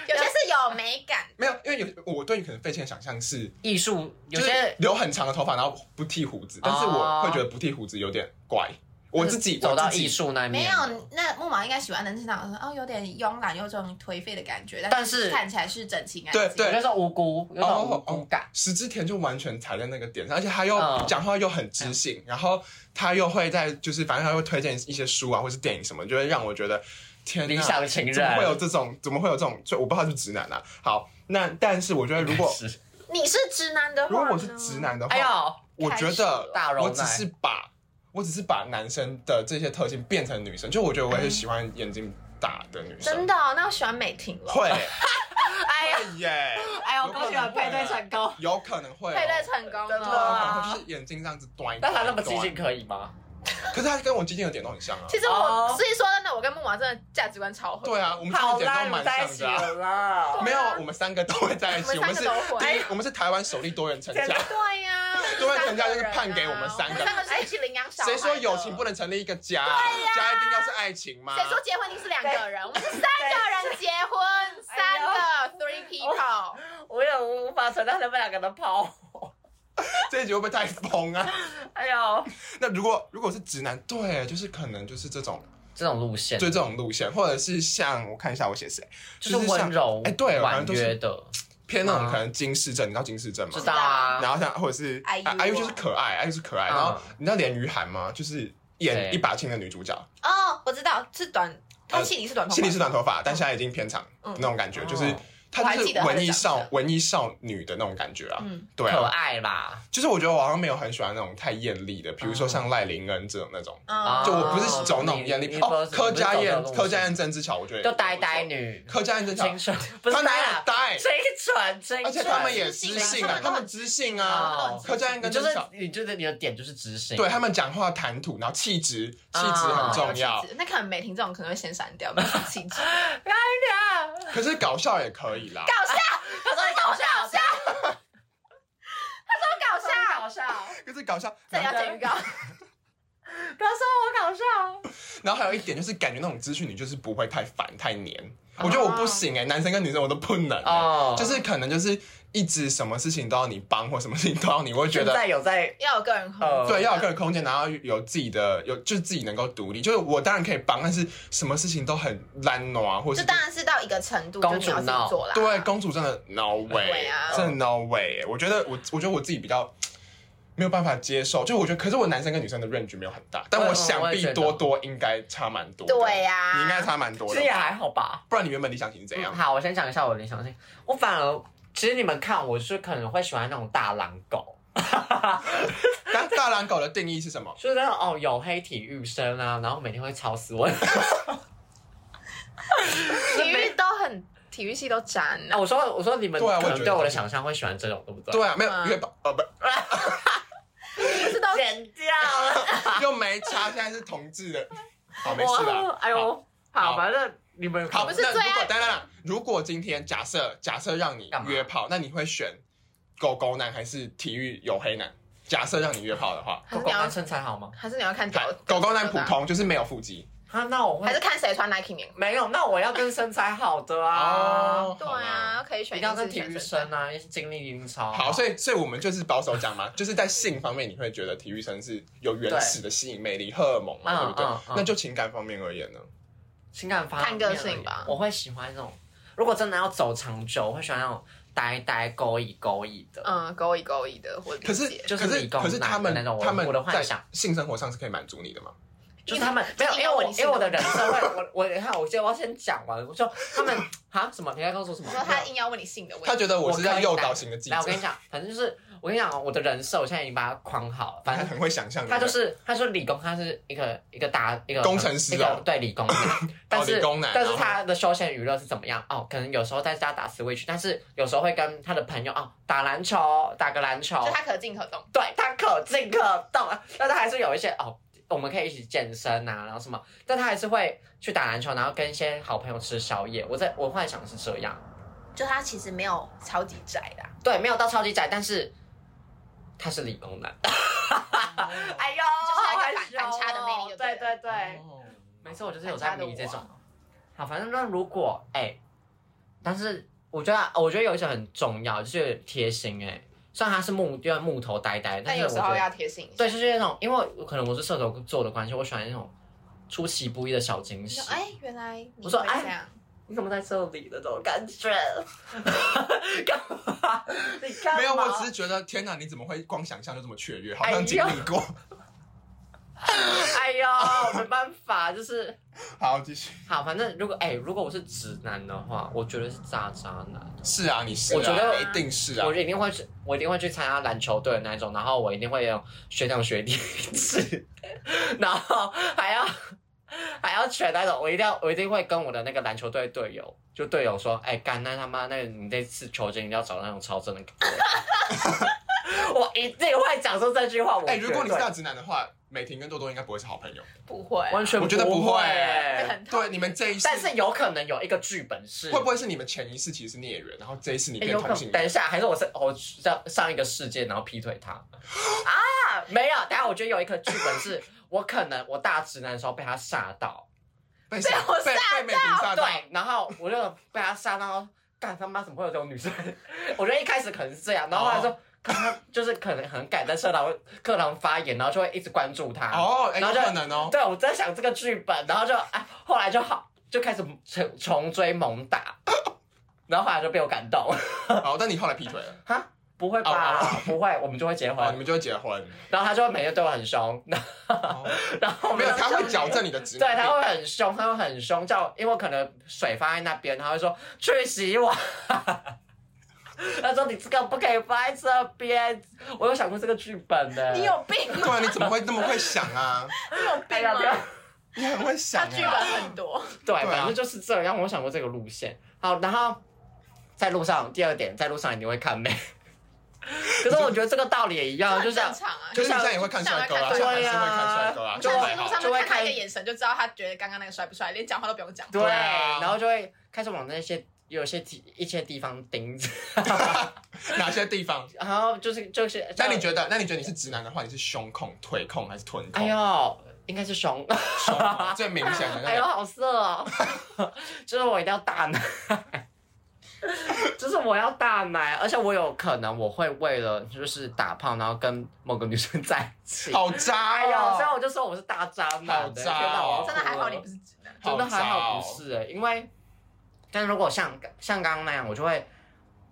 Speaker 2: 有些是有美感，
Speaker 3: 没有，因为有我对你可能废青的想象是，
Speaker 1: 艺术有
Speaker 3: 就是
Speaker 1: 些哦
Speaker 3: 留很长的头发，然后不剃胡子，但是我会觉得不剃胡子有点怪，我自己
Speaker 1: 走到
Speaker 3: 我自己
Speaker 1: 艺术那一
Speaker 2: 没
Speaker 1: 面，
Speaker 2: 有，那木马应该喜欢的是那种哦，有点慵懒又这种颓废的感觉，
Speaker 1: 但
Speaker 2: 是
Speaker 1: 是
Speaker 2: 看起来是整齐干净。
Speaker 3: 对对
Speaker 1: 有那种无辜，有种无
Speaker 3: 哦
Speaker 1: 辜感。
Speaker 3: 石之田就完全踩在那个点上，而且他又
Speaker 1: 嗯
Speaker 3: 讲话又很知性，然后他又会在就是反正他会推荐一些书啊，或是电影什么，就会让我觉得天哪
Speaker 1: 理想情人
Speaker 3: 啊怎么会有这种怎么会有这种，所以我不知道他是直男啊。好，那但是我觉得如 果
Speaker 1: 是
Speaker 2: 你是直男的话，
Speaker 3: 如果我是直，男的话，
Speaker 1: 哎呦，
Speaker 3: 我觉得
Speaker 1: 大柔
Speaker 3: 我
Speaker 1: 奶
Speaker 3: 只是把我只是把男生的这些特性变成女生，就我觉得我也是
Speaker 1: 嗯
Speaker 3: 喜欢眼睛大的女生，
Speaker 2: 真的哦、那我喜欢美婷了。
Speaker 3: 会
Speaker 4: 哎呀，
Speaker 3: 耶、
Speaker 4: 哎呀，我恭喜我配对成功。
Speaker 3: 有可能会哦、
Speaker 2: 配对成功
Speaker 1: 真的
Speaker 2: 了。
Speaker 3: 啊，
Speaker 1: 啊
Speaker 3: 就是眼睛这样子端一端，
Speaker 1: 但他那么激进可以吗？
Speaker 3: 可是他跟我激进的点都很像 啊。
Speaker 2: 其实我
Speaker 4: 哦
Speaker 2: 自己说真的，我跟木马真的价值观超合。
Speaker 3: 对啊，我们三
Speaker 4: 好
Speaker 3: 个点
Speaker 4: 啦，
Speaker 3: 都
Speaker 4: 你
Speaker 3: 蛮
Speaker 4: 们在一
Speaker 3: 像
Speaker 4: 起
Speaker 3: 的啊、
Speaker 4: 了啦。
Speaker 3: 没有，我们三个都会在一起。
Speaker 2: 我们
Speaker 3: 是
Speaker 2: 三个都会
Speaker 3: 第一，我们是台湾首例多元成家。
Speaker 2: 对呀、
Speaker 3: 对
Speaker 2: 三个
Speaker 3: 啊
Speaker 2: 人啊
Speaker 3: 人家就是判给我们三个啊
Speaker 2: 我们三个是一起领养小孩。
Speaker 3: 谁说友情不
Speaker 2: 能？
Speaker 3: 能成立一个家？家一定要是爱情吗？
Speaker 2: 谁说结婚一定是两个人？我们是三个人结婚，
Speaker 4: 哎
Speaker 2: 三
Speaker 4: 呦
Speaker 2: 个 three
Speaker 3: 哎
Speaker 2: people。
Speaker 4: 我也无法承担他们两个的抛我。
Speaker 3: 这一集会不会太疯啊？
Speaker 4: 哎呦，
Speaker 3: 那如果如果是直男，对，就是可能就是这种，
Speaker 1: 这种路线
Speaker 3: 就这种路线，或者是像我看一下我写谁，
Speaker 1: 就是
Speaker 3: 像
Speaker 1: 温柔，
Speaker 3: 哎对反
Speaker 1: 婉
Speaker 3: 正都是
Speaker 1: 约的，
Speaker 3: 偏那种
Speaker 1: 啊
Speaker 3: 可能金世正，你知道金世正吗
Speaker 1: 知？道啊。
Speaker 3: 然后像或者是
Speaker 2: 哎呦
Speaker 3: 啊哎呦就是可爱，哎呦是可爱。
Speaker 1: 嗯
Speaker 3: 然后你知道连俞涵吗？就是演
Speaker 1: 谁
Speaker 3: 一把青的女主角，
Speaker 2: 哦，我知道，是短，他
Speaker 3: 呃
Speaker 2: 戏里是短头发，
Speaker 3: 心里是短头发，但现在已经偏长
Speaker 2: 嗯
Speaker 3: 那种感觉，
Speaker 1: 哦
Speaker 3: 就是
Speaker 2: 我
Speaker 3: 她
Speaker 2: 还
Speaker 3: 就
Speaker 2: 记得她
Speaker 3: 是
Speaker 2: 的
Speaker 3: 文艺
Speaker 2: 长
Speaker 3: 少
Speaker 2: 相
Speaker 3: 文艺少女的那种感觉啊。
Speaker 2: 嗯
Speaker 3: 对
Speaker 1: 可
Speaker 3: 啊，
Speaker 1: 爱啦，
Speaker 3: 就是我觉得我好像没有很喜欢那种太艳丽的，比
Speaker 2: 嗯
Speaker 3: 如说像赖玲恩这种那种。
Speaker 1: 哦
Speaker 3: 就我不是走那种艳丽
Speaker 1: 你
Speaker 3: 哦，
Speaker 1: 你不是
Speaker 3: 柯佳
Speaker 1: 走
Speaker 3: 燕
Speaker 1: 那种，路
Speaker 3: 柯佳
Speaker 1: 线
Speaker 3: 燕郑智巧，我觉得也
Speaker 1: 就
Speaker 3: 不错
Speaker 1: 呆呆女，
Speaker 3: 柯佳燕郑智巧，
Speaker 1: 清纯不
Speaker 3: 他
Speaker 1: 是
Speaker 3: 哪
Speaker 1: 呆啊
Speaker 3: 有
Speaker 1: 啦，
Speaker 3: 呆？
Speaker 4: 清纯清纯，
Speaker 3: 而且他们也知性啊，
Speaker 2: 他们都
Speaker 3: 他们知性啊
Speaker 1: 哦，
Speaker 3: 柯佳燕
Speaker 1: 你
Speaker 3: 跟
Speaker 1: 就
Speaker 3: 郑
Speaker 1: 是
Speaker 3: 智巧，
Speaker 1: 你就是你的点就是知性，
Speaker 3: 对他们讲话谈吐，然后气质，气质很
Speaker 1: 啊
Speaker 3: 重
Speaker 2: 哦
Speaker 3: 要
Speaker 2: 有气。质那可能美婷这种可能会先删掉，没有气质。
Speaker 4: 啊
Speaker 3: 可是搞笑也可以啦。
Speaker 2: 搞笑，
Speaker 4: 他说你搞笑，
Speaker 2: 搞笑，他说搞笑，
Speaker 4: 搞笑，
Speaker 3: 可是搞笑，
Speaker 2: 这里
Speaker 3: 然
Speaker 2: 要
Speaker 3: 后
Speaker 2: 剪预告。
Speaker 4: 不要说我搞笑。
Speaker 3: 然后还有一点就是感觉那种资讯你就是不会太烦太黏。
Speaker 2: 哦
Speaker 3: 我觉得我不行哎、男生跟女生我都不能、欸，
Speaker 1: 哦，
Speaker 3: 就是可能就是一直什么事情都要你帮或什么事情都要你，我会觉
Speaker 4: 现
Speaker 3: 得
Speaker 4: 在有在
Speaker 2: 要有个人空
Speaker 1: 呃
Speaker 2: 间。
Speaker 3: 对，要有个人空间，然后有自己的有就是自己能够独立。就是我当然可以帮，但是什么事情都很懒惰啊，或
Speaker 2: 这
Speaker 3: 是
Speaker 2: 当然是到一个程度，就
Speaker 1: 公
Speaker 2: 你要自
Speaker 1: 主
Speaker 2: 己
Speaker 1: 闹
Speaker 2: 做啦。
Speaker 3: 对公主真的 no way，
Speaker 2: 对啊
Speaker 3: 真的 no way 欸。我觉得我我觉得我自己比较。没有办法接受，就我觉得，可是我男生跟女生的 range 没有很大，但
Speaker 1: 我
Speaker 3: 我
Speaker 1: 也
Speaker 3: 想
Speaker 1: 嗯我也
Speaker 3: 必
Speaker 1: 觉得
Speaker 3: 多多应该差蛮多的。
Speaker 2: 对呀
Speaker 3: 你应该差蛮多
Speaker 1: 其
Speaker 3: 的
Speaker 1: 实。也还好吧。
Speaker 3: 不然你原本理想型是啊怎样
Speaker 1: 啊嗯？好，我先讲一下我的理想型，我反而其实你们看我是可能会喜欢那种大狼狗，
Speaker 3: 但大狼狗的定义是什么？
Speaker 1: 就是那种哦有黑体育生啊，然后每天会吵死我。
Speaker 2: 体育都很，体育系都渣
Speaker 1: 那
Speaker 2: 男。
Speaker 1: 我说我说你们
Speaker 3: 对啊我也
Speaker 1: 可能
Speaker 3: 觉得
Speaker 1: 对我
Speaker 3: 他
Speaker 1: 的
Speaker 3: 是
Speaker 1: 想象会喜欢这种，对不对？
Speaker 3: 对啊，没有
Speaker 2: 嗯
Speaker 3: 月宝，呃，不，
Speaker 2: 不是都
Speaker 4: 剪掉了。
Speaker 3: 又没差，现在是同志 的。好，没事
Speaker 1: 我
Speaker 3: 啦。
Speaker 1: 哎
Speaker 3: 好，
Speaker 1: 呦，
Speaker 3: 好
Speaker 1: 好，反正你们
Speaker 3: 好，
Speaker 2: 不
Speaker 3: 那
Speaker 2: 是最
Speaker 3: 如
Speaker 2: 爱
Speaker 3: 果当然了，如果今天假设假设让你
Speaker 1: 干嘛
Speaker 3: 约炮，那你会选狗狗男还是体育黝黑男？假设让你约炮的话，
Speaker 2: 还
Speaker 1: 狗
Speaker 2: 是
Speaker 1: 狗
Speaker 2: 你要
Speaker 1: 男身材好吗？
Speaker 2: 还是你要看狗
Speaker 3: 狗狗男普，通，就是没有腹肌，
Speaker 1: 啊，那我
Speaker 2: 还是
Speaker 1: 会
Speaker 2: 看谁穿 Nike 棉裤。
Speaker 1: 没有，那我要跟身材好的啊，
Speaker 3: 哦，
Speaker 2: 对
Speaker 3: 好啦。
Speaker 2: 啊，可以
Speaker 1: 一
Speaker 2: 选
Speaker 1: 定要
Speaker 2: 自
Speaker 1: 跟
Speaker 2: 己
Speaker 1: 体育
Speaker 2: 选
Speaker 1: 生啊，一起经历英超啊。
Speaker 3: 好，所以所以我们就是保守讲嘛，就是在性方面，你会觉得体育生是有原始的吸引魅力、荷尔蒙嘛，
Speaker 1: 嗯
Speaker 3: 对不对
Speaker 1: 嗯嗯？
Speaker 3: 那就情感方面而言呢？
Speaker 1: 情感方
Speaker 2: 看个
Speaker 1: 面而
Speaker 2: 性
Speaker 1: 已
Speaker 2: 吧
Speaker 1: 我会喜欢那种，如果真的要走长久，我会喜欢那种呆呆勾引勾引的。
Speaker 2: 嗯，勾一勾一的，或者
Speaker 3: 可是
Speaker 2: 理解
Speaker 1: 就是
Speaker 3: 可是
Speaker 1: 理工
Speaker 3: 可是他们
Speaker 1: 男的那种我
Speaker 3: 他们
Speaker 1: 我的幻
Speaker 3: 在
Speaker 1: 想
Speaker 3: 性生活上是可以满足你的嘛？
Speaker 1: 就是他们
Speaker 2: 因为
Speaker 1: 没有，因为我
Speaker 2: 因为你是
Speaker 1: 因为我的人设会，我我你看，我就要先讲完，我就他们啊什么？你在告诉我什么
Speaker 2: 你？说他硬要问你性的问
Speaker 3: 他
Speaker 2: 题，
Speaker 3: 觉得我是
Speaker 1: 可
Speaker 3: 在
Speaker 1: 以
Speaker 3: 诱
Speaker 1: 带
Speaker 3: 导型的记者
Speaker 1: 来，我，跟你讲，反正就是我跟你讲哦，我的人设我现在已经把它框好了，反
Speaker 3: 他
Speaker 1: 正
Speaker 3: 很会想象的，
Speaker 1: 他就是他是理工，他是一个一个大一个
Speaker 3: 工程师哦
Speaker 1: 一个对理工男，但
Speaker 3: 哦
Speaker 1: 是
Speaker 3: 理工男
Speaker 1: 但是
Speaker 3: 然后
Speaker 1: 他的休闲娱乐是怎么样？哦，可能有时候在家打 Switch，但是有时候会跟他的朋友哦打篮球，打个篮球
Speaker 2: 就，他可进可动，
Speaker 1: 对他可进可动，但是还是有一些哦，我们可以一起健身啊，然后什么，但他还是会去打篮球，然后跟一些好朋友吃宵夜。我在我幻想是这样，
Speaker 2: 就他其实没有超级宅的啊。
Speaker 1: 对，没有到超级宅，但是他是理工男，
Speaker 2: 就是那个
Speaker 4: 哎呦，好害羞
Speaker 2: 反反差的魅力就对
Speaker 4: 对
Speaker 2: 了
Speaker 4: 对对，
Speaker 3: 哦
Speaker 1: 没错，我就是有在迷这
Speaker 2: 很差的我
Speaker 1: 种
Speaker 2: 啊。
Speaker 1: 好，反正那如果哎、但是我觉得我觉得有一些很重要，就是贴心哎、虽然他是木因为木头呆呆，
Speaker 2: 但
Speaker 1: 是
Speaker 2: 有
Speaker 1: 我
Speaker 2: 时
Speaker 1: 觉
Speaker 2: 候
Speaker 1: 得
Speaker 2: 要贴心一下。
Speaker 1: 对，就是那种因为我可能我是射手座的关系，我喜欢那种出其不意的小惊
Speaker 2: 你
Speaker 1: 喜
Speaker 2: 说。哎，原来你
Speaker 1: 我说
Speaker 2: 会
Speaker 1: 哎
Speaker 2: 这样，
Speaker 1: 你怎么在这里的这种感觉？干嘛？你干嘛？
Speaker 3: 没有，我只是觉得天哪，你怎么会光想象就这么雀跃？好
Speaker 1: 哎
Speaker 3: 像
Speaker 1: 呦
Speaker 3: 经历过。
Speaker 1: 哎呦，没办法，就是
Speaker 3: 好，继续。
Speaker 1: 好，反正如果哎、如果我是直男的话，我绝对是渣渣男，
Speaker 3: 是啊，你是啊，
Speaker 1: 我觉得
Speaker 3: 一定是啊
Speaker 1: 我。一定会去，我一定会去参加篮球队的那一种，然后我一定会有学长学弟制， 然后还要。还要选那种，我一定要，我一定会跟我的那个篮球队队友，就队友说，哎、干那他妈，那你这次球经一定要找那种超正的给 我，我一定会讲出这句话。我
Speaker 3: 哎，如果你
Speaker 1: 绝
Speaker 3: 是
Speaker 1: 对
Speaker 3: 大直男的话，美婷跟多多应该不会是好朋友。
Speaker 2: 不会啊，
Speaker 1: 完全
Speaker 3: 我觉得不会
Speaker 2: 会
Speaker 1: 会。
Speaker 2: 很痛
Speaker 3: 对，你们这一世
Speaker 1: 但是有可能有一个剧本是
Speaker 3: 会不会是你们前一世其实是孽缘，然后这一世你
Speaker 1: 诶
Speaker 3: 变
Speaker 1: 哎有可
Speaker 3: 同性
Speaker 1: 能？等一
Speaker 3: 恋？
Speaker 1: 下，还是我是我上上一个世界，然后劈腿 他啊？没有，等一下我觉得有一个剧本是我可能我大直男的时候被他吓到，
Speaker 3: 被谁
Speaker 2: 被我
Speaker 3: 被被美婷吓到？
Speaker 1: 对，然后我就被他吓到，干他妈怎么会有这种女生？ 我觉得一开始可能是这样，然后后来
Speaker 3: 哦
Speaker 1: 说。看他就是可能很敢在课堂课堂发言，然后就会一直关注他。
Speaker 3: 哦，哎，
Speaker 1: 然
Speaker 3: 有
Speaker 1: 后就
Speaker 3: 可能哦。
Speaker 1: 对，我在想这个剧本，然后就哎，后来就好，就开始重重追猛打，然后后来就被我感动，
Speaker 3: 好，但你后来劈腿了，
Speaker 1: 哈，不会吧
Speaker 3: 哦
Speaker 1: 不会，我们就会结
Speaker 3: 哦，你
Speaker 1: 婚，
Speaker 3: 们就会结婚。
Speaker 1: 然后他就会每天对我很凶， 然后然后我
Speaker 3: 没有，
Speaker 1: 们就
Speaker 3: 他会矫正你的直
Speaker 1: 对，
Speaker 3: 男病。
Speaker 1: 他会很凶，他会很凶，叫因为我可能水放在那边，他会说去洗碗。 他说：“你这个不可以放在这边。”我有想过这个剧本呢。
Speaker 2: 你有病吗？
Speaker 3: 对啊，你怎么会那么会想啊？
Speaker 2: 你有
Speaker 1: 哎
Speaker 2: 病
Speaker 1: 呀，不要
Speaker 2: 吗？
Speaker 3: 你很会
Speaker 2: 他
Speaker 3: 想
Speaker 2: 剧
Speaker 3: 啊。
Speaker 2: 本很多，
Speaker 3: 对
Speaker 1: 对，
Speaker 3: 啊
Speaker 1: 反正就是这样。我想过这个路线。好，然后在路上，第二点，在路上一定会看妹。 可是我觉得这个道理也一样，就
Speaker 2: 很
Speaker 1: 像
Speaker 2: 正常啊。
Speaker 3: 就是你现在也会看帅哥啊，
Speaker 2: 就
Speaker 3: 像
Speaker 2: 像
Speaker 3: 韩是会看帅哥啊，
Speaker 1: 对
Speaker 2: 就
Speaker 1: 啊
Speaker 3: 还
Speaker 2: 是
Speaker 3: 好
Speaker 2: 路
Speaker 1: 就
Speaker 2: 上
Speaker 1: 会
Speaker 2: 面看他
Speaker 1: 开
Speaker 2: 一个眼神，就知道他觉得刚刚那个帅不帅，连讲话都不用讲。
Speaker 1: 对，
Speaker 3: 对啊
Speaker 1: 然后就会开始往那些有些地一些地方盯着，
Speaker 3: 哪些地方？
Speaker 1: 然后就是就是。
Speaker 3: 那你觉得？那你觉得你是直男的话，你是胸控、腿控还是臀
Speaker 1: 哎
Speaker 3: 控？
Speaker 1: 呦，应该是熊。
Speaker 3: 胸控最明显的那
Speaker 1: 哎呦，
Speaker 3: 个。
Speaker 1: 好色 哦！就是我一定要大奶，就是我要大奶，而且我有可能我会为了就是打炮，然后跟某个女生在一起。
Speaker 3: 好渣
Speaker 1: 哎呦，所以
Speaker 3: 哦！
Speaker 1: 我就说我是大渣男，
Speaker 3: 好
Speaker 1: 对
Speaker 3: 渣
Speaker 1: 天哪我要
Speaker 3: 哦
Speaker 1: 哭
Speaker 2: 真的还好你
Speaker 1: 了
Speaker 2: 不是直男，
Speaker 1: 真的还好
Speaker 3: 好渣哦
Speaker 1: 不是、欸，因为，但如果像像刚刚那样，我就会，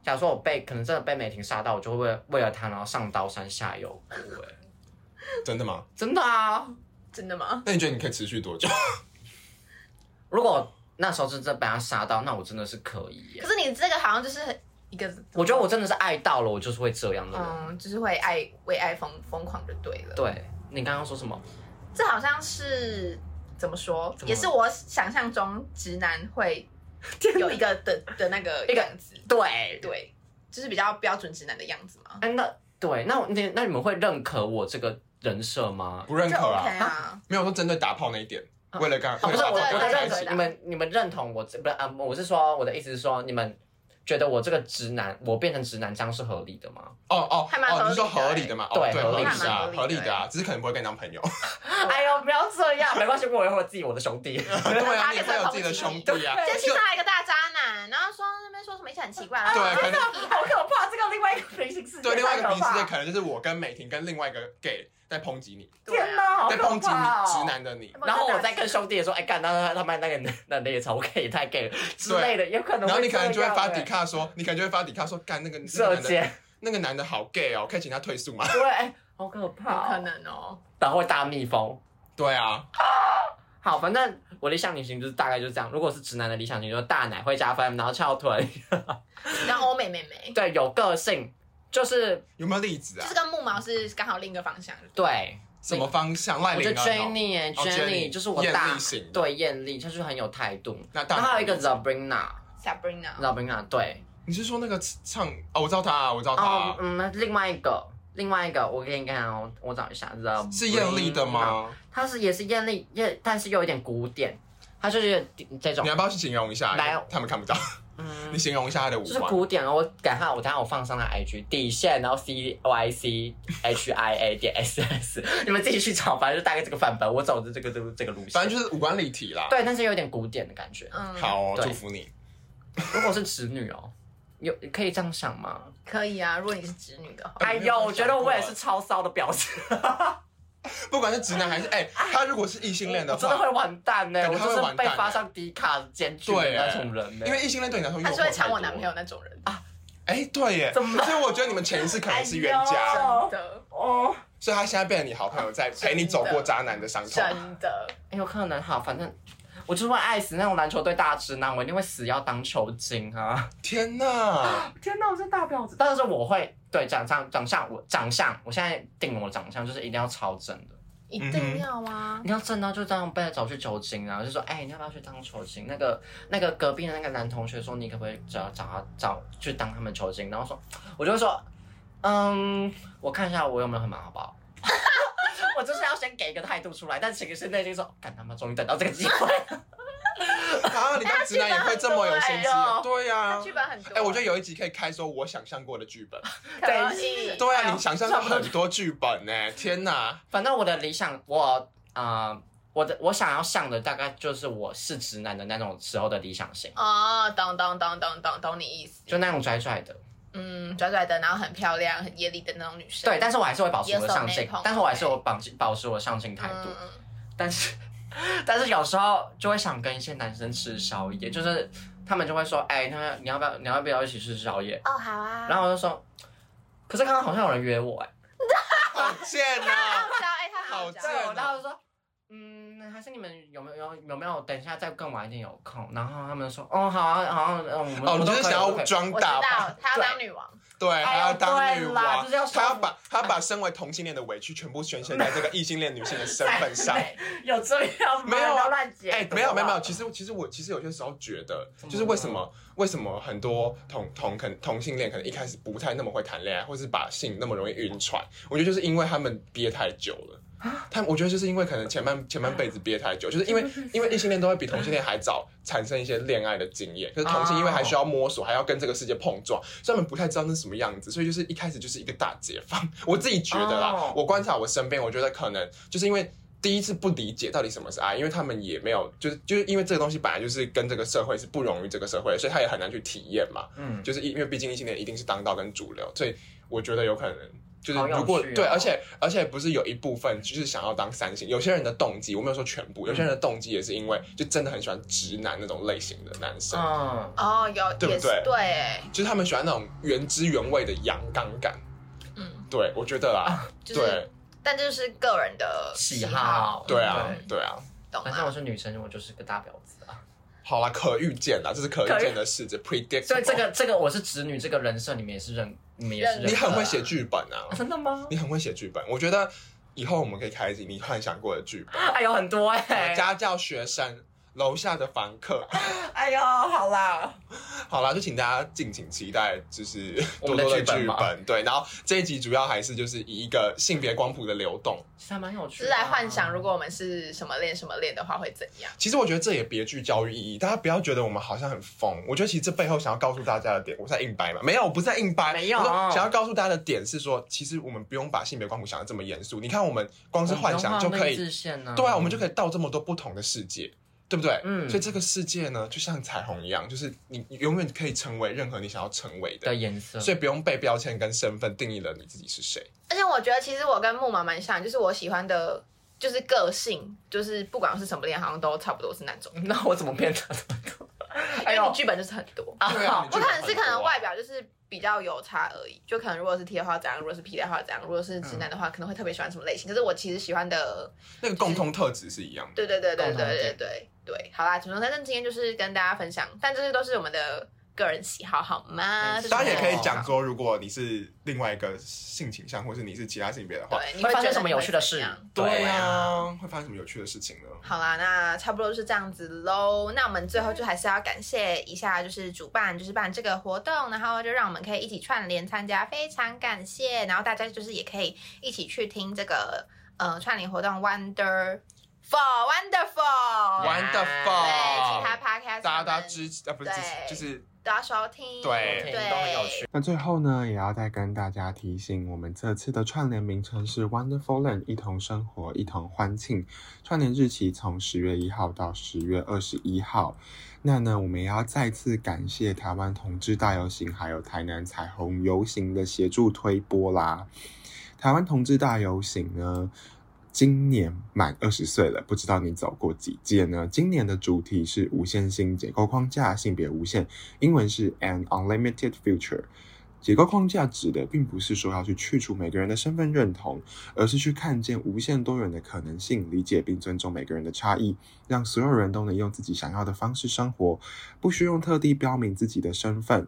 Speaker 1: 假如说我被可能真的被美婷杀到，我就会为为了她然后上刀山下油锅、欸，
Speaker 3: 真的吗？
Speaker 1: 真的啊！
Speaker 2: 真的吗？
Speaker 3: 那你觉得你可以持续多久？
Speaker 1: 如果那时候真的被她杀到，那我真的是可以、欸
Speaker 2: 可，是你这个好像就是很一个，
Speaker 1: 我觉得我真的是爱到了，我就是会这样的人。
Speaker 2: 嗯，就是会爱为爱疯疯狂就对了。
Speaker 1: 对你刚刚说什么？
Speaker 2: 这好像是怎么说，
Speaker 1: 怎么
Speaker 2: 也
Speaker 1: 了
Speaker 2: 是我想象中直男会有一个的的那个
Speaker 1: 一个
Speaker 2: 样子，
Speaker 1: 对，
Speaker 2: 对，就是比较标准直男的样子嘛，
Speaker 1: 哎、那对，那我那那你们会认可我这个人设吗？
Speaker 3: 不认
Speaker 2: 就
Speaker 3: 可啊
Speaker 2: OK？啊，
Speaker 3: 没有说针对打炮那一点，为了干，
Speaker 1: 啊，不是我，
Speaker 2: 对对
Speaker 1: 我的
Speaker 2: 对
Speaker 1: 认
Speaker 2: 对
Speaker 1: 你们，你们认同我这不是啊？我是说，我的意思是说，你们觉得我这个直男，我变成直男这样是合理的吗？
Speaker 3: 哦哦
Speaker 2: 还蛮
Speaker 3: 哦，你是说合
Speaker 2: 合理
Speaker 3: 理的
Speaker 2: 的
Speaker 3: 嘛？
Speaker 1: 对
Speaker 3: 哦对，
Speaker 1: 合
Speaker 3: 合
Speaker 1: 理
Speaker 3: 理
Speaker 2: 的
Speaker 3: 的啊，
Speaker 2: 还蛮
Speaker 3: 合
Speaker 2: 合
Speaker 3: 理
Speaker 2: 理的
Speaker 3: 的啊，只是可能不会跟你当朋友。
Speaker 1: 哎呦，不要这样，没关系，我也会有自己 我的兄弟。
Speaker 3: 对啊，
Speaker 2: 他
Speaker 3: 你
Speaker 2: 也
Speaker 3: 也会有
Speaker 2: 会
Speaker 3: 自己的
Speaker 2: 抨击
Speaker 3: 兄
Speaker 2: 你
Speaker 3: 弟啊。
Speaker 2: 先去
Speaker 3: 就
Speaker 2: 他一个大渣男，然后说那边说什么一切很奇怪，然后
Speaker 3: 对可
Speaker 2: 真的
Speaker 3: 能
Speaker 2: 啊
Speaker 1: 好可怕！这个另外一个平行世界，
Speaker 3: 对，另外一个
Speaker 1: 太
Speaker 3: 平
Speaker 1: 可
Speaker 3: 时
Speaker 1: 怕
Speaker 3: 的可能就是我跟美婷跟另外一个 gay 在抨击你，
Speaker 2: 啊
Speaker 1: 天哪，好
Speaker 3: 在
Speaker 1: 可
Speaker 3: 抨击
Speaker 1: 怕、哦！
Speaker 3: 你直。男的你，
Speaker 1: 然后我再跟兄弟说，哎、干他他他妈那个男男的也吵，我可以太 gay 了之类的，有可能、
Speaker 3: 然后你可能就会发抵
Speaker 1: 抵抗，
Speaker 3: 抗说，你可能就会发抵抗说，干那个那
Speaker 1: 射
Speaker 3: 个男的，
Speaker 1: 箭，
Speaker 3: 那个男的好 gay 哦，可以请他退宿吗？
Speaker 1: 对，哎好可
Speaker 2: 有
Speaker 1: 怕、
Speaker 2: 可。能哦，
Speaker 1: 然后会大蜜蜂。
Speaker 3: 对啊，
Speaker 1: 好，反正我理想型就是大概就是这样。如果是直男的理想型，就是大奶会加分，然后翘臀，
Speaker 2: 然后欧美妹妹
Speaker 1: 对，有个性，就是
Speaker 3: 有没有例子
Speaker 2: 就
Speaker 3: 啊
Speaker 2: 是？跟木毛是刚好另一个方向，
Speaker 1: 对。
Speaker 3: 什么方向？赖
Speaker 1: 我
Speaker 3: 玲
Speaker 1: 觉
Speaker 3: 儿
Speaker 1: 得 Jenny 哎、
Speaker 3: 哦 Jenny，
Speaker 1: Jenny 就是我
Speaker 3: 艳
Speaker 1: 大
Speaker 3: 丽型
Speaker 1: 对艳丽，她就是很有态度。
Speaker 3: 那大
Speaker 1: 然
Speaker 3: 奶
Speaker 1: 后还有一个 Sabrina，Sabrina
Speaker 2: Sabrina，
Speaker 1: 对，
Speaker 3: 你是说那个唱哦？我知道他啊，我知道他
Speaker 1: 哦
Speaker 3: 啊，
Speaker 1: 嗯，另外一个另外一个，我给你看哦，我找一下 Sabrina
Speaker 3: 是艳丽的？吗？
Speaker 1: 她是也是艳丽，艳但是又有点古典，她就是这种
Speaker 3: 你要不要去形容一下？
Speaker 1: 来
Speaker 3: 因为他们 看不到，
Speaker 1: 嗯
Speaker 3: 你，形容一下他的五
Speaker 1: 就是
Speaker 3: 官。
Speaker 1: 古典哦。我改下我等下我放上了 IG 底线，然后 C Y C H I A 点 S S，你们自己去找，反正就大概这个范本，我走的这个这个这个路线，
Speaker 3: 反正就是五官立体啦。
Speaker 1: 对，但是有点古典的感觉。
Speaker 2: 嗯，
Speaker 3: 好哦，
Speaker 1: 对
Speaker 3: 祝福你。
Speaker 1: 如果是直女哦，有可以这样想吗？
Speaker 2: 可以啊，如果你是直女的话，
Speaker 1: 哎呦，我觉得我也是超骚的表情，
Speaker 3: 不管是直男还是哎，他如果是异性恋的
Speaker 1: 我真的
Speaker 3: 话，
Speaker 1: 会完蛋呢、
Speaker 3: 感
Speaker 1: 我
Speaker 3: 觉他会
Speaker 1: 就是
Speaker 3: 完蛋
Speaker 1: 被
Speaker 3: 欸
Speaker 1: 发上低卡检举的
Speaker 3: 对
Speaker 1: 那种人呢、
Speaker 3: 因为异性恋对你来说诱
Speaker 2: 他
Speaker 3: 惑
Speaker 2: 是会
Speaker 3: 太
Speaker 2: 抢我
Speaker 3: 多
Speaker 2: 男朋友。那种人，
Speaker 3: 哎，对耶，
Speaker 1: 怎么办
Speaker 3: 所以我觉得你们前世可能是冤
Speaker 1: 哎
Speaker 3: 家
Speaker 1: 呦，
Speaker 2: 真的
Speaker 1: 哦，
Speaker 3: 所以他现在变成你好朋友，在陪你走过渣男的伤痛。
Speaker 2: 真的，
Speaker 1: 哎有可能哈，反正我就是会爱死那种篮球队大直男，我一定会死要当球精啊！
Speaker 3: 天 哪，啊
Speaker 1: 天哪，我是大婊子！但是我会对长相、长相，我长相，我现在定我长相就是一定要超正的。
Speaker 2: 一定要啊，
Speaker 1: 你要正到就这样被他找去求情啊，就说哎、你要不要去当球精？那个那个隔壁的那个男同学说，你可不可以找找他找去当他们球精？然后说，我就会说，嗯，我看一下我有没有很忙，好不好？ 我就是要先给一个态度出来，但其实是内心说，干他妈终于等到这个机会了。
Speaker 3: 啊，你当直男也会这么有心机
Speaker 1: 哎呦？
Speaker 3: 对呀
Speaker 2: 他。剧本很多，啊
Speaker 3: 哎，我觉得有一集可以开说我想象过的剧 本。
Speaker 2: 可以，
Speaker 3: 对啊，你想象过很多剧本呢。天哪，
Speaker 1: 反正我的理想，我啊、呃我的我想要像的大概就是我是直男的那种时候的理想型，
Speaker 2: 哦，懂懂懂懂懂懂你意思，
Speaker 1: 就那种拽拽的。
Speaker 2: 嗯，拽拽的，然后很漂亮、很耶利的那种女生，
Speaker 1: 对，但是我还是会保持我的
Speaker 2: Yes or
Speaker 1: 上
Speaker 2: no
Speaker 1: 进
Speaker 2: 碰，
Speaker 1: 但是我还是有保持保持我的上
Speaker 2: 嗯
Speaker 1: 进态度。但是 但是有时候就会想跟一些男生吃宵夜，就是他们就会说，哎、那你要不要你要不要一起吃宵夜？
Speaker 2: 哦，好啊，
Speaker 1: 然后我就说，可是刚刚好像有人约我、哎，
Speaker 3: 好贱啊！
Speaker 2: 知道，哎，他好
Speaker 3: 好
Speaker 1: 对，
Speaker 3: 贱
Speaker 1: 我然后就说。嗯，还是你们有没有有没有等一下再更晚一点有空？然后他们就说，哦，好啊，好啊，嗯我们
Speaker 3: 哦，你
Speaker 1: 我都
Speaker 3: 就
Speaker 1: 可
Speaker 3: 是
Speaker 1: 以
Speaker 3: 想
Speaker 1: 我都可
Speaker 3: 要
Speaker 1: 以
Speaker 3: 装
Speaker 2: 我知
Speaker 3: 大吧？
Speaker 2: 道，他要当女王，
Speaker 3: 对，还要当女
Speaker 1: 哎呦
Speaker 3: 王
Speaker 1: 对啦就是
Speaker 3: 他要
Speaker 1: 要，说服
Speaker 3: 把他 把身为同性恋的委屈全部宣泄在这个异性恋女性的身份上。
Speaker 1: 有这样吗
Speaker 3: 没有啊
Speaker 1: 不要乱解读
Speaker 3: 哎、没有没有没有，其
Speaker 1: 实
Speaker 3: 实其实我其实有些时候觉得，
Speaker 1: 怎么
Speaker 3: 就是为什么为什么很多同同可能同性恋可能一开始不太那么会谈恋爱，或是把性那么容易晕船，我觉得就是因为他们憋太久了。
Speaker 1: 啊
Speaker 3: 他们我觉得就是因为可能前半前半辈子憋太久，就是 因为因为异性恋都会比同性恋还早产生一些恋爱的经验，可是同性
Speaker 1: 哦
Speaker 3: 因为还需要摸索，还要跟这个世界碰撞，所以他们不太知道那是什么样子，所以就是一开始就是一个大解放。 我自己觉得啦
Speaker 1: 哦
Speaker 3: 我观察我身边，我觉得可能就是因为。第一次不理解到底什么是爱，因为他们也没有，就是就是因为这个东西本来就是跟这个社会是不融于这个社会的，所以他也很难去体验嘛。
Speaker 1: 嗯，
Speaker 3: 就是因因为毕竟异性恋一定是当道跟主流，所以我觉得有可能就是
Speaker 1: 好有
Speaker 3: 如果、
Speaker 1: 趣哦
Speaker 3: 对，而且而且不是有一部分就是想要当三星，有些人的动机我没有说全部，有些人的动机也是因为就真的很喜欢直男那种类型的男生，
Speaker 1: 嗯，
Speaker 2: 哦，有，
Speaker 3: 对不
Speaker 2: 也是
Speaker 3: 对
Speaker 2: 对，哎
Speaker 3: 就是他们喜欢那种原汁原味的阳刚感。
Speaker 2: 嗯，
Speaker 3: 对，我觉得啦，
Speaker 1: 啊
Speaker 2: 就是
Speaker 3: 对
Speaker 2: 但这就是个人的
Speaker 1: 喜好
Speaker 2: 好，
Speaker 3: 对啊，对啊，
Speaker 2: 懂
Speaker 1: 反正我
Speaker 2: 吗？
Speaker 1: 是女生，我就是个大婊子啊。
Speaker 3: 好啦，可预见啦，这是可
Speaker 1: 可
Speaker 3: 预
Speaker 1: 预
Speaker 3: 见的事，这 predictable。
Speaker 1: 所以这个这个我是直女，这个人设你们也是认，你们也是认
Speaker 3: 你
Speaker 1: 可
Speaker 3: 很会写剧本啊
Speaker 1: 啊，真的吗？
Speaker 3: 你很会写剧本，我觉 得以后我们可以开一集你幻想过的剧本。
Speaker 1: 哎，有很多哎、
Speaker 3: 家教学生。
Speaker 4: 楼下的房 客。
Speaker 2: 哎呦，好啦，
Speaker 4: 好啦，就请大家敬请期待，就是
Speaker 1: 我
Speaker 4: 多
Speaker 1: 们的
Speaker 4: 多的
Speaker 1: 剧本
Speaker 4: 剧
Speaker 1: 嘛
Speaker 4: 本。对，然后这一集主要还是就是以一个性别光谱的流动。
Speaker 1: 其实还蛮有趣
Speaker 2: 是
Speaker 1: 的、啊
Speaker 2: 来幻想，如。果我们是什么恋什么恋的话会怎样？
Speaker 4: 其实我觉得这也别具教育意义，大家不要觉得我们好像很疯。我觉得其实这背后想要告诉大家的点，我在硬掰嘛，没有，我不是在硬掰，
Speaker 1: 没有
Speaker 4: 我说想要告诉大家的点是说，其实我们不用把性别光谱想的这么严肃。你看，我们光是幻想就可以，对啊，我们就可
Speaker 1: 以。
Speaker 4: 以到这么多不同的世界，对不对？
Speaker 1: 嗯
Speaker 4: 所以这个世界呢，就像彩虹一样，就是你你永远可以成为任何你想要成为
Speaker 1: 的
Speaker 4: 的，
Speaker 1: 颜色，
Speaker 4: 所以不用被标签跟身份定义了你自己是谁。
Speaker 2: 而且我觉得其实我跟木马蛮像，就是我喜欢的，就是个性，就是不管是什么恋，好像都差不多是那种。
Speaker 1: 那我怎么变成？哎
Speaker 2: 因为
Speaker 1: 呦
Speaker 2: 你，剧本就是很多，
Speaker 4: 对啊，你
Speaker 2: 我
Speaker 4: 就
Speaker 2: 可能是
Speaker 4: 很多
Speaker 2: 可
Speaker 4: 啊
Speaker 2: 能外表就是比较有差而已，就可能如果是 T 的话怎样，如果是 P 的话怎样，如果是直男的话、可能会特别喜欢什么类
Speaker 1: 嗯
Speaker 2: 型。可是我其实喜欢的，
Speaker 4: 那个共通特质是一样的。
Speaker 2: 对对对对
Speaker 1: 共同
Speaker 2: 对
Speaker 1: 点
Speaker 2: 对对
Speaker 1: 嗯
Speaker 2: 对，好啦，总之反正今天就是跟大家分享，但这些都是我们的个人喜好，好吗
Speaker 1: 没？错
Speaker 4: 当然也可以
Speaker 1: 哦
Speaker 4: 讲说，如果你是另外一个性倾向，或是你是其他性别的话，
Speaker 2: 对，你
Speaker 1: 会发
Speaker 2: 觉得
Speaker 1: 生什么有趣的
Speaker 2: 会怎
Speaker 1: 事
Speaker 2: 样？
Speaker 4: 对啊，会发生什么有趣的事情呢？
Speaker 2: 好啦，那差不多就是这样子喽。那我们最后就还是要感谢一下，就是主办，就是办这个活动，然后就让我们可以一起串联参加，非常感谢。然后大家就是也可以一起去听这个呃串联活动 Wonderful Wonderful，
Speaker 1: 哇
Speaker 4: Wonderful
Speaker 2: 啊对，其他 podcast
Speaker 4: 大
Speaker 2: 他
Speaker 4: 家大家
Speaker 2: 们
Speaker 4: 支持啊，不是支持，就是
Speaker 2: 都要收听，
Speaker 4: 对啊
Speaker 1: 听
Speaker 2: 对，
Speaker 1: 都很有趣。
Speaker 3: 那最后呢，也要再跟大家提醒，我们这次的串联名称是 Wonderful Land，一同生活，一同欢庆。串联日期从十月一号到十月二十一号。那呢，我们也要再次感谢台湾同志大游行，还有台南彩虹游行的协助推波啦。台湾同志大游行呢，今年满二十岁了，不知道你走过几届呢？今年的主题是无限性结构框架，性别无限，英文是 An Unlimited Future。结构框架指的并不是说要去去除每个人的身份认同，而是去看见无限多元的可能性，理解并尊重每个人的差异，让所有人都能用自己想要的方式生活，不需用特地标明自己的身份。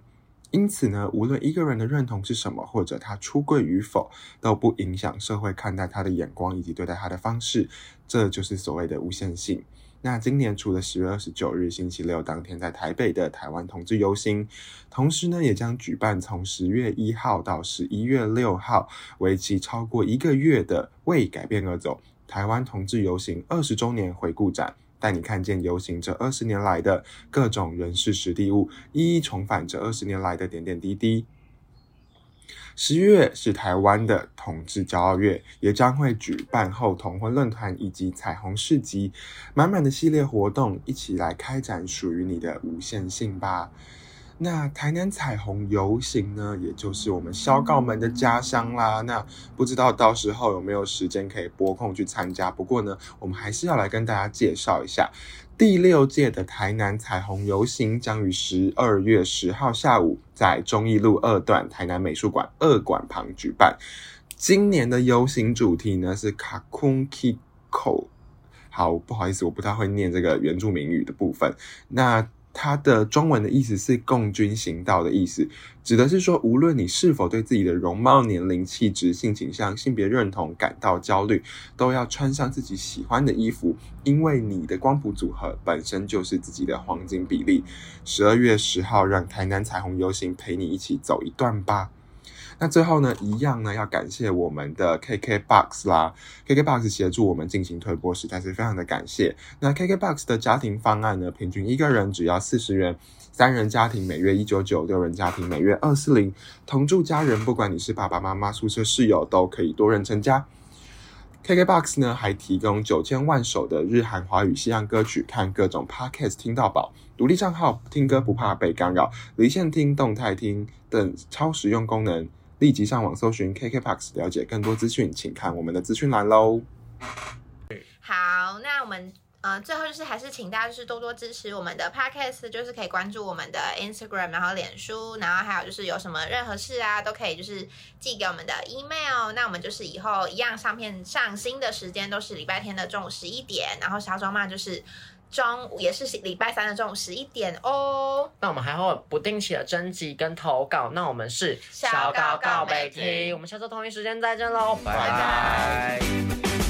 Speaker 3: 因此呢，无论一个人的认同是什么，或者他出柜与否，都不影响社会看待他的眼光以及对待他的方式。这就是所谓的无限性。那今年除了十月二十九日星期六当天在台北的台湾同志游行，同时呢也将举办从十月一号到十一月六号，为期超过一个月的“为改变而走”台湾同志游行二十周年回顾展，带你看见游行这二十年来的各种人事实地物，一一重返这二十年来的点点滴滴。十月是台湾的同志骄傲月，也将会举办后同婚论坛以及彩虹市集，满满的系列活动，一起来开展属于你的无限性吧。那台南彩虹游行呢，也就是我们萧告门的家乡啦。那不知道到时候有没有时间可以拨空去参加？不过呢，我们还是要来跟大家介绍一下，第六届的台南彩虹游行将于十二月十号下午在忠义路二段台南美术馆二馆旁举办。今年的游行主题呢是卡空 Kiko。好，不好意思，我不太会念这个原住民语的部分。那它的中文的意思是“共军行道”的意思，指的是说，无论你是否对自己的容貌、年龄、气质、性倾向、性别认同感到焦虑，都要穿上自己喜欢的衣服，因为你的光谱组合本身就是自己的黄金比例。十二月十号，让台南彩虹游行陪你一起走一段吧。那最后呢，一样呢，要感谢我们的 KKBOX 啦，KKBOX 协助我们进行推播，实在是非常的感谢。那 KKBOX 的家庭方案呢，平均一个人只要四十元，三人家庭每月一九九，六人家庭每月二四零，同住家人不管你是爸爸妈妈、宿舍室友，都可以多人成家。KKBOX 呢还提供九千万首的日韩华语西洋歌曲，看各种 Podcast 听到饱，独立账号听歌不怕被干扰，离线听、动态听等超实用功能。立即上网搜寻 KKBOX 了解更多资讯，请看我们的资讯栏喽。
Speaker 2: 好，那我们呃最后就是还是请大家就是多多支持我们的 podcast，就是可以关注我们的 Instagram，然后脸书，然后还有就是有什么任何事啊，都可以就是寄给我们的 email。那我们就是以后一样上片上新的时间都是礼拜天的中午十一点，然后小周嘛就是中午也是礼拜三的中午十一点哦。
Speaker 1: 那我们还会有不定期的征集跟投稿。那我们是
Speaker 2: 小告告
Speaker 1: 告
Speaker 2: 北
Speaker 1: 北
Speaker 2: 听
Speaker 1: 听，我们下周同一时间再见喽，拜
Speaker 4: 拜
Speaker 1: 拜